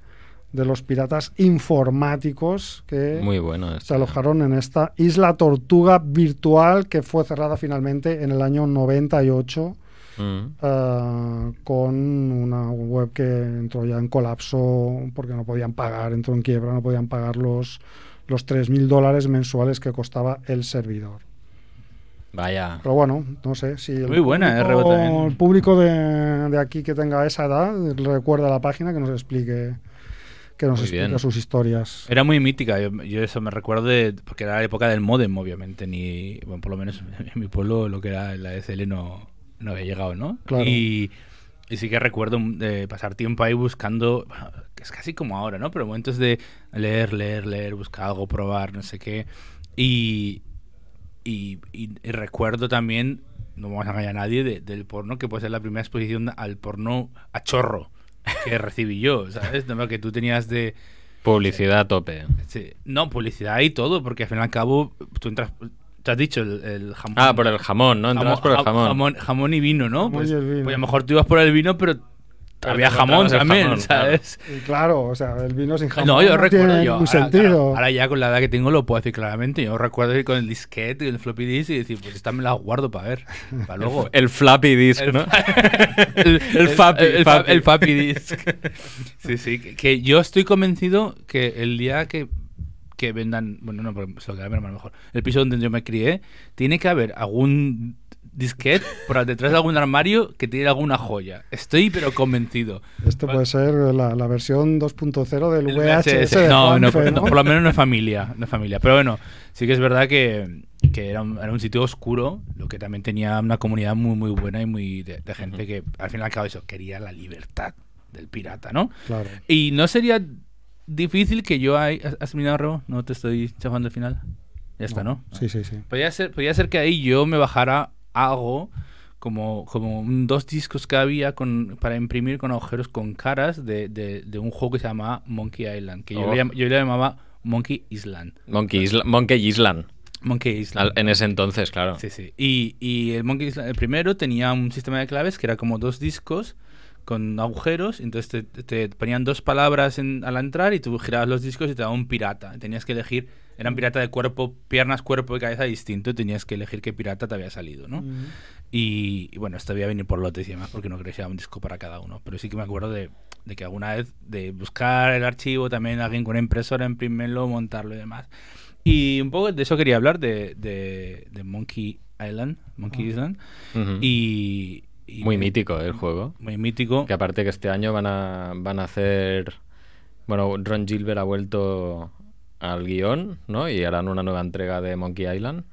S3: de los piratas informáticos que
S1: Muy bueno. este.
S3: se
S1: esto.
S3: alojaron en esta isla tortuga virtual que fue cerrada finalmente en el año 98
S1: Mm.
S3: eh, con una web que entró ya en colapso porque no podían pagar, entró en quiebra, no podían pagar los, los 3.000 dólares mensuales que costaba el servidor.
S1: Vaya.
S3: Pero bueno, no sé si el
S2: Muy buena, eh,
S3: público,
S2: Rebo, también.
S3: el público de, de aquí que tenga esa edad recuerda la página que nos explique que nos
S1: Muy
S3: explique
S1: bien.
S3: sus historias.
S2: Era muy mítica, yo, yo eso me recuerdo de- porque era la época del modem, obviamente, ni bueno, por lo menos en mi pueblo lo que era la DSL no, no había llegado, ¿no?
S3: Claro.
S2: Y, y sí que recuerdo de pasar tiempo ahí buscando, bueno, que es casi como ahora, ¿no? Pero momentos de leer, leer, leer, buscar algo, probar, no sé qué. Y, y, y- y recuerdo también, no vamos a engañar a nadie, de- del porno que puede ser la primera exposición al porno a chorro que recibí yo, ¿sabes? No, que tú tenías de...
S1: Publicidad a tope.
S2: Sí. No, publicidad y todo, porque al fin y al cabo tú entras... Te has dicho el, el jamón.
S1: Ah, por el jamón, ¿no? Entrabas por el
S2: ja-
S1: jamón.
S2: jamón. jamón y vino, ¿no?
S3: Jamón
S2: Pues,
S3: y el vino.
S2: pues a lo mejor tú ibas por el vino, pero había
S1: te
S2: jamón
S1: encontrabas el
S2: también,
S1: jamón, claro.
S2: ¿sabes?
S3: Y claro, o sea, el vino sin jamón
S2: no, yo recuerdo.
S3: tiene
S2: Yo,
S3: ningún
S2: ahora,
S3: sentido.
S2: ahora- ahora ya con la edad que tengo lo puedo decir claramente. Yo recuerdo ir con el disquete y el floppy disk y decir, pues esta me la guardo para ver, para luego.
S1: El flappy disk, ¿no?
S2: el,
S1: el Fapi,
S2: el, fa-
S1: Fapi.
S2: el Fapi Disc. Sí, sí. Que, que yo estoy convencido que el día que, que vendan. Bueno, no, porque se lo queda a mi hermano mejor. El piso donde yo me crié, tiene que haber algún disquete por detrás de algún armario que tiene alguna joya. Estoy, pero convencido.
S3: Esto puede ser la, la versión 2.0 del
S2: El
S3: VHS. de
S2: No, no,
S3: Juanfe,
S2: no, por lo menos no es familia, no es familia. Pero bueno, sí que es verdad que, que era, un, era un sitio oscuro, lo que también tenía una comunidad muy muy buena y muy de, de gente que al final y al cabo eso quería la libertad del pirata, ¿no?
S3: Claro.
S2: Y no sería difícil que yo hay. ¿Has has terminado, Rebo? No te estoy chafando el final. Ya está, ¿no?
S3: Sí, sí, sí.
S2: Podría ser, podía ser que ahí yo me bajara algo, como, como un- dos discos que había con, para imprimir con agujeros con caras de, de- de un juego que se llamaba Monkey Island, que yo,
S1: Oh.
S2: le, llam- yo le llamaba Monkey Island.
S1: Monkey, Isla- Monkey Island.
S2: Monkey Island.
S1: Al- En ese entonces, claro.
S2: Sí, sí. Y, y el Monkey Island, el primero, tenía un sistema de claves que era como dos discos con agujeros, entonces te, te ponían dos palabras en- al entrar y tú girabas los discos y te daba un pirata. Tenías que elegir, eran pirata de cuerpo, piernas, cuerpo y cabeza distinto, y tenías que elegir qué pirata te había salido, ¿no?
S3: Mm.
S2: Y, y bueno, esto debía venir por lotes y demás, porque no creo que sea un disco para cada uno. Pero sí que me acuerdo de, de que alguna vez de buscar el archivo, también alguien con una impresora, imprimirlo, montarlo y demás. Y un poco de eso quería hablar, de, de, de Monkey Island. Monkey Island.
S1: Ujú.
S2: Y, y-
S1: Ah. Mm. Muy mítico ¿eh? el juego.
S2: Muy mítico.
S1: Que aparte que este año van a, van a hacer... Bueno, Ron Gilbert ha vuelto al guión, ¿no? Y harán una nueva entrega de Monkey Island.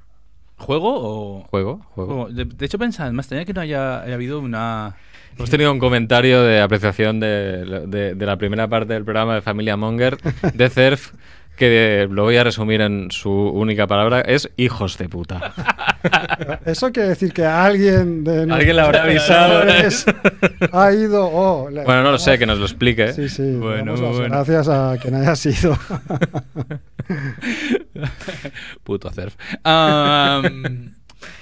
S2: ¿Juego o...?
S1: Juego, juego.
S2: juego? De, de hecho pensaba, además, tenía que no haya, haya habido una...
S1: Hemos tenido un comentario de apreciación de, de- de la primera parte del programa de Familia Monger, de CERF, que lo voy a resumir en su única palabra, es hijos de puta.
S3: Eso quiere decir que alguien de
S1: Alguien le habrá avisado.
S3: nuestros seguidores ha ido. o le-
S1: Bueno, no lo sé, que nos lo explique.
S3: Sí, sí.
S2: Bueno,
S3: Bueno,
S2: bueno.
S3: Gracias a quien haya sido.
S2: Puto surf. Am,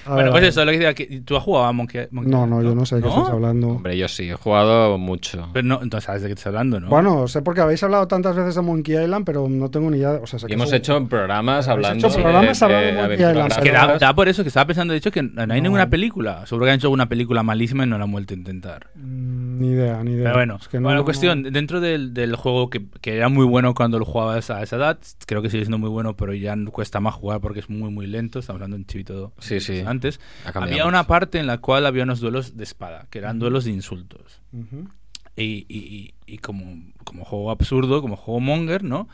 S3: A
S2: bueno,
S3: ver,
S2: pues
S3: a ver.
S2: eso, lo que decía, que- ¿tú has jugado a Monkey, Monkey
S3: No,
S2: Island?
S3: no, yo no sé de qué estás hablando.
S1: Hombre, yo sí, he jugado mucho.
S2: Pero no, entonces sabes de qué estás hablando, ¿no?
S3: Bueno, sé porque habéis hablado tantas veces de Monkey Island, pero no tengo ni idea. O sea, sé
S1: Y
S3: que
S1: hemos
S3: es un-
S1: hecho programas
S3: Habéis
S1: hablando
S3: hecho programas
S1: de,
S3: hablando de Monkey
S1: aventura
S3: Island,
S2: Es que
S1: gráfica.
S2: da, da por eso, que estaba pensando, de hecho, que no hay ninguna
S3: No.
S2: película. Seguro que han hecho una película malísima y no la han vuelto a intentar.
S3: Mm, Ni idea, ni idea.
S2: Pero bueno,
S3: Es que
S2: bueno,
S3: no-
S2: cuestión, dentro del, del juego que, que era muy bueno cuando lo jugabas a esa edad, creo que sigue siendo muy bueno, pero ya cuesta más jugar porque es muy, muy lento. Estamos hablando de un chivito
S1: Sí, sí.
S2: antes.
S1: Ha cambiado
S2: Había una
S1: mucho.
S2: parte en la cual había unos duelos de espada, que eran duelos de insultos.
S3: Ujú.
S2: Y, y- y- y como, como juego absurdo, como juego monger, ¿no?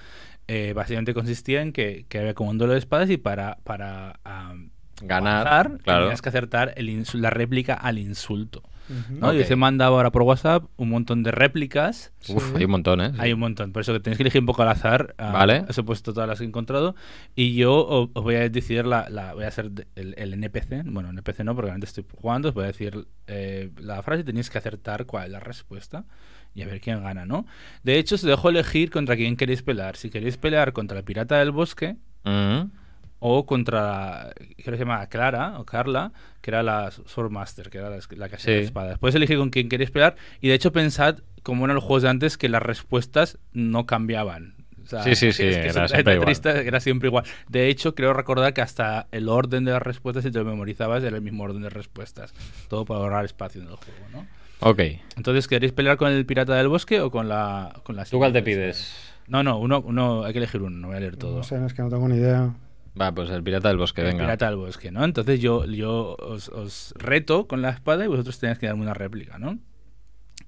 S2: Eh, básicamente consistía en que, que había como un duelo de espadas y para, para am,
S1: Ganar,
S2: avanzar
S1: claro.
S2: tenías que acertar el insu- la réplica al insulto.
S3: Ujú.
S2: ¿no? Yo
S1: Ok.
S2: se mandaba ahora por WhatsApp un montón de réplicas.
S1: Uf, hay un montón, ¿eh?
S2: Hay un montón, por eso que tenéis que elegir un poco al azar. ah,
S1: Vale.
S2: Os he puesto todas las que he encontrado. Y yo o- os voy a decidir, la, la- voy a hacer de- el, el NPC. Bueno, NPC no, porque realmente estoy jugando. Os voy a decir eh, la frase y tenéis que acertar cuál es la respuesta. Y a ver quién gana, ¿no? De hecho, os dejo elegir contra quién queréis pelear. Si queréis pelear contra el pirata del bosque
S1: Mm.
S2: o contra, creo que se llama Clara o Carla, que era la Swordmaster, que era la, la que
S1: Sí.
S2: hacía las espadas. Puedes elegir con quién queréis pelear y de hecho pensad, como eran los juegos de antes, que las respuestas no cambiaban. O sea,
S1: Sí, sí, sí,
S2: es que
S1: era
S2: eso
S1: siempre igual.
S2: triste, era siempre igual. De hecho, creo recordar que hasta el orden de las respuestas, si te lo memorizabas, era el mismo orden de respuestas. Todo para ahorrar espacio en el juego, ¿no?
S1: Ok.
S2: Entonces, ¿queréis pelear con el pirata del bosque o con la... Con la
S1: ¿Tú cuál te
S2: siguiente?
S1: pides?
S2: No, no, uno, uno, hay que elegir uno, no voy a leer todo.
S3: No sé, es que no tengo ni idea.
S1: Va, pues el pirata del bosque,
S2: El
S1: venga.
S2: pirata del bosque, ¿no? Entonces yo, yo os, os reto con la espada y vosotros tenéis que darme una réplica, ¿no?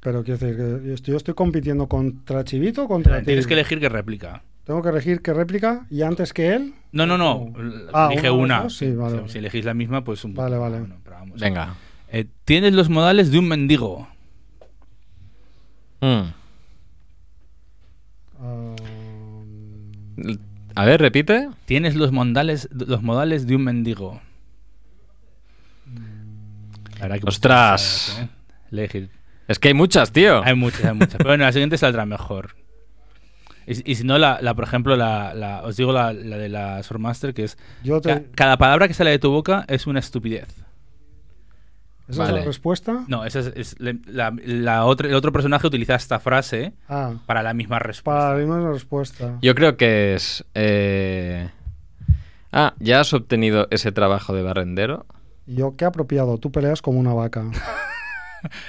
S3: Pero quiero decir que yo estoy, yo estoy compitiendo contra Chivito o contra ti.
S2: Tienes que elegir qué réplica.
S3: Tengo que elegir qué réplica y antes que él.
S2: No, no, no.
S3: Oh.
S2: l-
S3: Ah,
S2: Elige
S3: ¿una de
S2: una.
S3: las dos? Sí, vale,
S2: Si-
S3: vale.
S2: Si elegís la misma, pues un poco
S3: Vale,
S2: más,
S3: vale.
S2: bueno, pero vamos.
S1: Venga.
S2: Eh, tienes los modales de un mendigo.
S1: Mm.
S3: Ah, um,
S1: A ver, repite.
S2: Tienes los modales, los modales de un mendigo.
S3: Mm.
S2: La verdad que-
S1: Ostras.
S2: ¿eh? Elegir.
S1: Es que hay muchas, tío.
S2: Hay muchas, hay muchas. Pero bueno, la siguiente saldrá mejor. Y, si- y si no, la, la, por ejemplo, la, la- os digo la, la de la Swordmaster, que es
S3: yo te,
S2: Ca- cada palabra que sale de tu boca es una estupidez.
S3: ¿Esa es
S1: Vale.
S3: la respuesta?
S2: No, esa es, es le- la, la otra, el otro personaje utiliza esta frase
S3: Ah,
S2: para la misma respuesta.
S3: para la misma respuesta.
S1: Yo creo que es. eh, Ah, ya has obtenido ese trabajo de barrendero.
S3: Yo, qué apropiado, tú peleas como una vaca.
S2: Ah.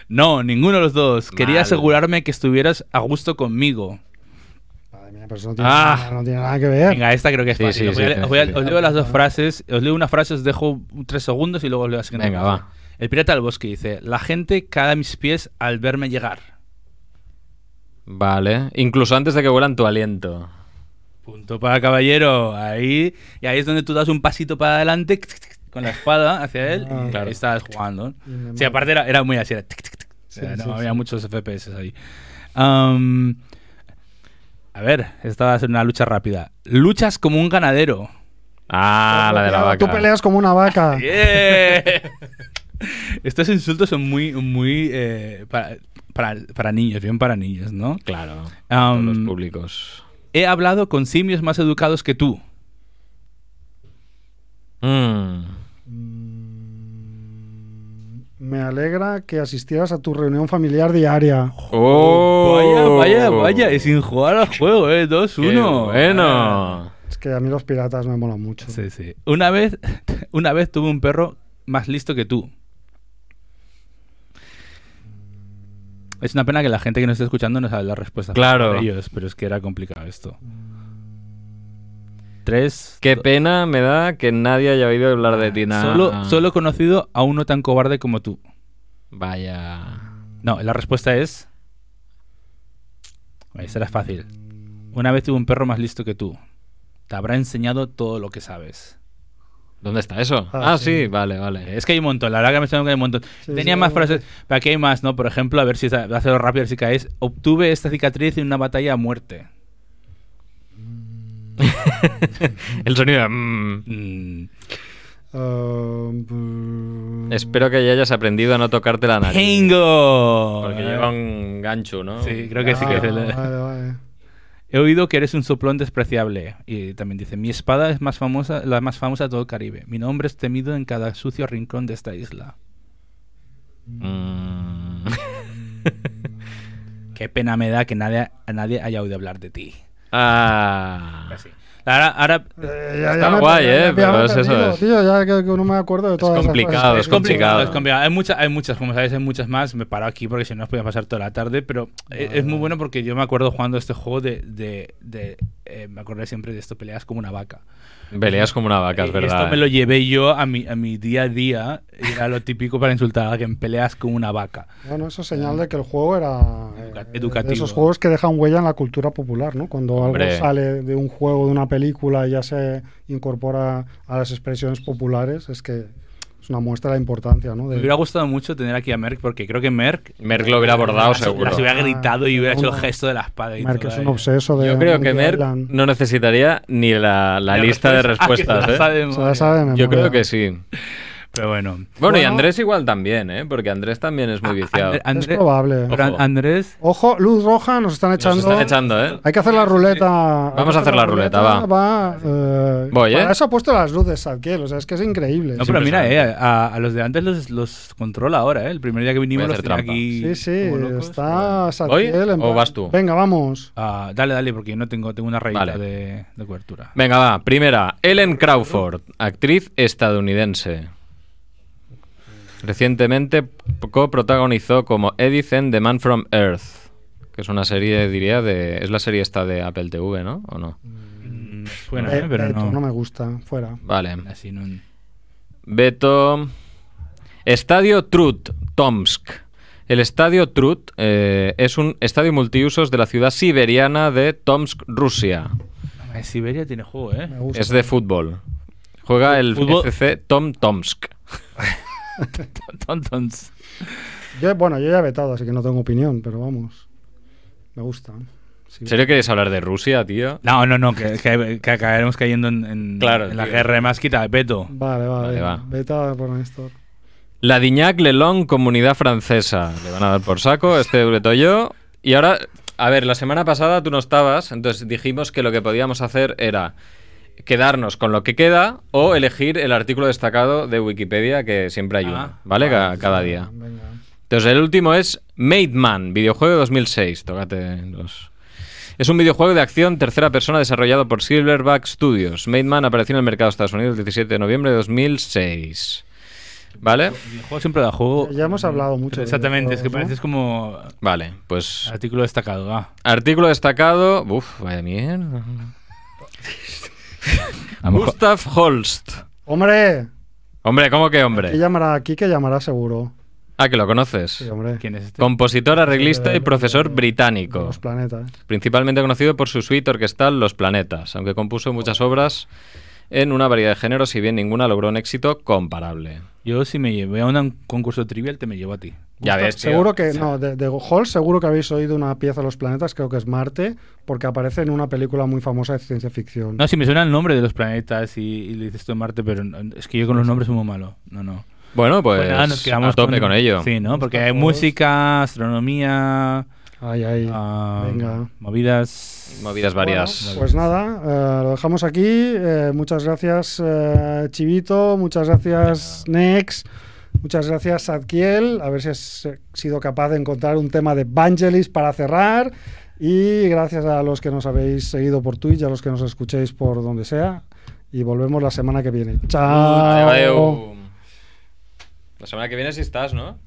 S2: No, ninguno de los dos. Quería
S1: Mal.
S2: asegurarme que estuvieras a gusto conmigo.
S3: Madre mía, pero eso no tiene,
S2: Ah.
S3: nada, no tiene nada que ver.
S2: Venga, esta creo que es
S1: Sí,
S2: fácil.
S1: sí,
S2: os, voy a-
S1: sí,
S2: os voy a-
S1: sí, sí.
S2: os leo las dos frases. Os leo una frase, os dejo tres segundos y luego os leo la siguiente.
S1: Venga,
S2: frase.
S1: va.
S2: El pirata del bosque dice: La gente cae a mis pies al verme llegar.
S1: Vale. Incluso antes de que vuelan tu aliento.
S2: Punto para caballero. Ahí. Y ahí es donde tú das un pasito para adelante con la espada hacia él.
S3: Ah.
S2: y
S1: Claro.
S2: ahí estabas jugando.
S3: Y me
S2: Sí,
S3: mato.
S2: aparte era, era muy así. Era tic, tic, tic. O sea,
S3: Sí,
S2: no,
S3: sí,
S2: había
S3: sí.
S2: muchos FPS ahí. Am, A ver, esta va a ser una lucha rápida. Luchas como un ganadero.
S1: Ah, la de la vaca.
S3: Tú peleas como una
S1: Ah.
S3: vaca.
S2: eh. Estos insultos son muy, muy eh, para, para- para niños, bien para niños, ¿no?
S1: Claro.
S2: Am,
S1: los públicos.
S2: He hablado con simios más educados que tú.
S1: Mm.
S3: Me alegra que asistieras a tu reunión familiar diaria.
S1: Oh,
S2: Vaya, vaya, vaya. Y sin jugar al juego, ¿eh? Ah. 2-1.
S1: Qué Bueno.
S3: Es que a mí los piratas me molan mucho.
S2: Sí, sí. Una vez, una vez tuve un perro más listo que tú. Es una pena que la gente que nos está escuchando no sabe la respuesta.
S1: Mm. Claro. Mm.
S2: de ellos, pero es que era complicado esto. Tres.
S1: Qué
S2: do- Ah,
S1: pena me da que nadie haya oído hablar de ti. nada.
S2: Solo, solo he conocido a uno tan cobarde como tú.
S1: Vaya.
S2: No, la respuesta es. Ahí será fácil. Una vez tuve un perro más listo que tú. Te habrá enseñado todo lo que sabes.
S1: ¿Dónde está eso?
S3: Ah,
S1: Ah,
S3: sí.
S1: sí. Vale, vale.
S2: Es que hay un montón, la verdad que me estoy dando cuenta que hay un montón.
S3: Sí,
S2: Tenía
S3: sí,
S2: más
S3: hay
S2: frases, pero aquí hay más, ¿no? Por ejemplo, a ver si está- hacerlo rápido, a ver si caes. Obtuve esta cicatriz en una batalla a muerte.
S1: El sonido. de mm.
S2: Mm.
S3: Ah, Um,
S1: Espero que ya hayas aprendido a no tocarte la nariz.
S2: ¡Hingo!
S1: Porque lleva un gancho, ¿no?
S2: Sí, creo que sí que
S3: ah,
S2: es el-
S3: Vale, vale.
S2: He oído que eres un soplón despreciable. Y también dice, mi espada es más famosa, la más famosa de todo el Caribe. Mi nombre es temido en cada sucio rincón de esta isla.
S1: Mm.
S2: Qué pena me da que nadie, a nadie haya oído hablar de ti.
S1: ah.
S2: Así. Ahora, ahora
S3: Eh, ya-
S1: Está
S3: ya me-
S1: guay,
S3: ya- ya
S1: eh,
S3: me
S1: pero
S3: había
S1: es eso,
S3: perdido,
S1: es-
S3: Tío, ya que, que no me acuerdo de todas esas
S1: complicado,
S3: cosas que
S1: es
S3: he
S2: Es
S3: dicho.
S1: complicado.
S2: complicado, es complicado. Hay, muchas, hay muchas, como sabéis, hay muchas más. Me paro aquí porque si no nos podíamos pasar toda la tarde, pero
S1: Ah.
S2: e-, es, es muy bueno porque yo me acuerdo jugando este juego de... de- de, eh, me acordé siempre de esto, peleas como una vaca.
S1: Peleas como una vaca, es
S2: Eh,
S1: verdad.
S2: Esto me
S1: eh.
S2: lo llevé yo a mi, a mi día a día. y Era lo típico para insultar a alguien, peleas como una vaca.
S3: Bueno, eso es señal de que el juego era eh,
S2: Educa- educativo.
S3: de esos juegos que dejan huella en la cultura popular, ¿no? Cuando
S1: Hombre.
S3: algo sale de un juego, de una película y ya se incorpora a las expresiones populares, es que es una muestra de la importancia, ¿no?
S2: Me
S3: De,
S2: hubiera gustado mucho tener aquí a Merck porque creo que Merck
S1: Merck lo hubiera abordado
S2: las,
S1: seguro.
S2: las hubiera gritado y hubiera hecho el
S3: Una-
S2: gesto de la espada. Y
S3: Ah, Merck
S2: todo
S3: es un
S2: ahí.
S3: obseso de
S1: Yo creo
S3: Monkey
S1: que Merck
S3: Island.
S1: no necesitaría ni la, la lista de
S2: Ah,
S1: respuestas,
S2: que la
S1: ¿eh?
S2: sabe de
S3: Se la
S2: memoria.
S3: sabe de
S1: Yo
S3: memoria.
S1: creo que sí. Bueno,
S2: Pero bueno.
S1: y
S3: Bueno.
S1: Andrés igual también, ¿eh? Porque Andrés también es muy viciado.
S2: André- André-
S3: Es probable.
S2: pero
S1: Ojo.
S2: Andrés
S3: Ojo, luz roja, nos están
S1: Nos
S3: echando.
S1: están echando, ¿eh?
S3: Hay que hacer la ruleta. Vamos
S1: a hacer la ruleta,
S3: va. eh,
S1: Voy, ¿eh?
S3: Para eso ha puesto las luces, Sadkiel. O sea, es que es increíble.
S2: No, pero mira,
S1: impresionante.
S2: eh, a, a los de antes los, los controla ahora, ¿eh? El primer día que vinimos
S1: Voy a
S2: los
S1: hacer
S2: tenía
S1: trampa.
S2: aquí.
S3: sí, sí,
S2: como locos, pero-
S3: está
S1: ¿Voy
S3: Sadkiel. en
S1: o
S3: plan-
S1: vas tú?
S3: Venga, vamos.
S2: Ah, dale, dale, porque yo no tengo, tengo una rayita
S1: Vale.
S2: de, de cobertura.
S1: Venga, va. Primera, Ellen Crawford, actriz estadounidense. Recientemente p- coprotagonizó como Edith en The Man from Earth, que es una serie, diría, de... Es la serie esta de Apple TV, ¿no? ¿O no?
S2: Mm, Suena,
S3: Eh,
S2: ¿eh? pero
S3: eh, tú,
S2: no.
S3: me gusta. Fuera.
S1: Vale.
S2: Así no.
S1: Beto. Estadio Trut, Tomsk. El estadio Trut eh, es un estadio multiusos de la ciudad siberiana de Tomsk, Rusia.
S2: Eh, Siberia tiene juego, ¿eh?
S3: Me gusta.
S1: Es de fútbol. Juega el
S2: Fútbol.
S1: FC Tom Tomsk.
S2: Tontons.
S3: Yo, bueno, yo ya he vetado, así que no tengo opinión, pero vamos. Me gusta. Sí.
S1: ¿En serio queréis hablar de Rusia, tío?
S2: No, no, no, que, que- que acabaremos cayendo en, en-
S1: Claro,
S2: en la
S1: tío.
S2: guerra de Masquita. Beto.
S3: Vale, vale.
S1: Vale, va.
S3: Vetada por Néstor.
S1: La Dignac Lelong, comunidad francesa. Le van a dar por saco, este breto yo. Y ahora, a ver, la semana pasada tú no estabas, entonces dijimos que lo que podíamos hacer era quedarnos con lo que queda o elegir el artículo destacado de Wikipedia, que siempre hay
S2: Ah,
S1: uno, ¿vale? Ca- cada día.
S3: Venga.
S1: Entonces, el último es Made Man, videojuego de 2006. Tócate los. Es un videojuego de acción tercera persona desarrollado por Silverback Studios. Made Man apareció en el mercado de Estados Unidos el 17 de noviembre de 2006. ¿Vale?
S2: El juego siempre da juego.
S3: Ya hemos hablado mucho. de
S2: Exactamente, es que
S3: videojuegos,
S2: pareces como
S1: Vale, pues
S2: artículo destacado. Ah.
S1: Artículo destacado. Uf, vaya mierda.
S2: A lo mejor-
S1: Gustav Holst.
S3: ¿no? ¡Hombre!
S1: Hombre, ¿cómo que
S3: ¿Qué
S1: hombre?
S3: llamará aquí? Que llamará seguro.
S1: Ah, que lo conoces.
S3: Sí, hombre.
S2: ¿Quién es este?
S1: Compositor, arreglista y profesor
S3: De
S1: británico.
S3: Los planetas.
S1: Principalmente conocido por su suite orquestal Los Planetas, aunque compuso muchas obras en una variedad de géneros, si bien ninguna logró un éxito comparable.
S2: Yo si me llevé a un concurso trivial, te me llevo a ti.
S1: Ya
S3: Ostras,
S1: ves, tío.
S3: Seguro que, no, de, de Hall seguro que habéis oído una pieza de los planetas, creo que es Marte, porque aparece en una película muy famosa de ciencia ficción.
S2: No, si me suena el nombre de los planetas y, y le dices tú en Marte, pero no- es que yo con los nombres soy muy malo. No, no.
S1: Bueno, pues,
S2: Pues nada, nos quedamos
S1: a tope con, ello.
S2: Sí, ¿no? Porque
S3: Star
S2: hay
S3: Wars.
S2: música, astronomía,
S3: Ay, ay.
S2: ah,
S3: venga.
S2: movidas.
S1: Movidas varias.
S3: Bueno, pues nada, eh, lo dejamos aquí. Eh, muchas gracias, eh, Chivito. Muchas gracias, Nex. Muchas gracias, Sadkiel. A ver si has eh, sido capaz de encontrar un tema de Vangelis para cerrar. Y gracias a los que nos habéis seguido por Twitch, a los que nos escuchéis por donde sea. Y volvemos la semana que viene. Chao.
S1: Adeu. La semana que viene sí estás, ¿no?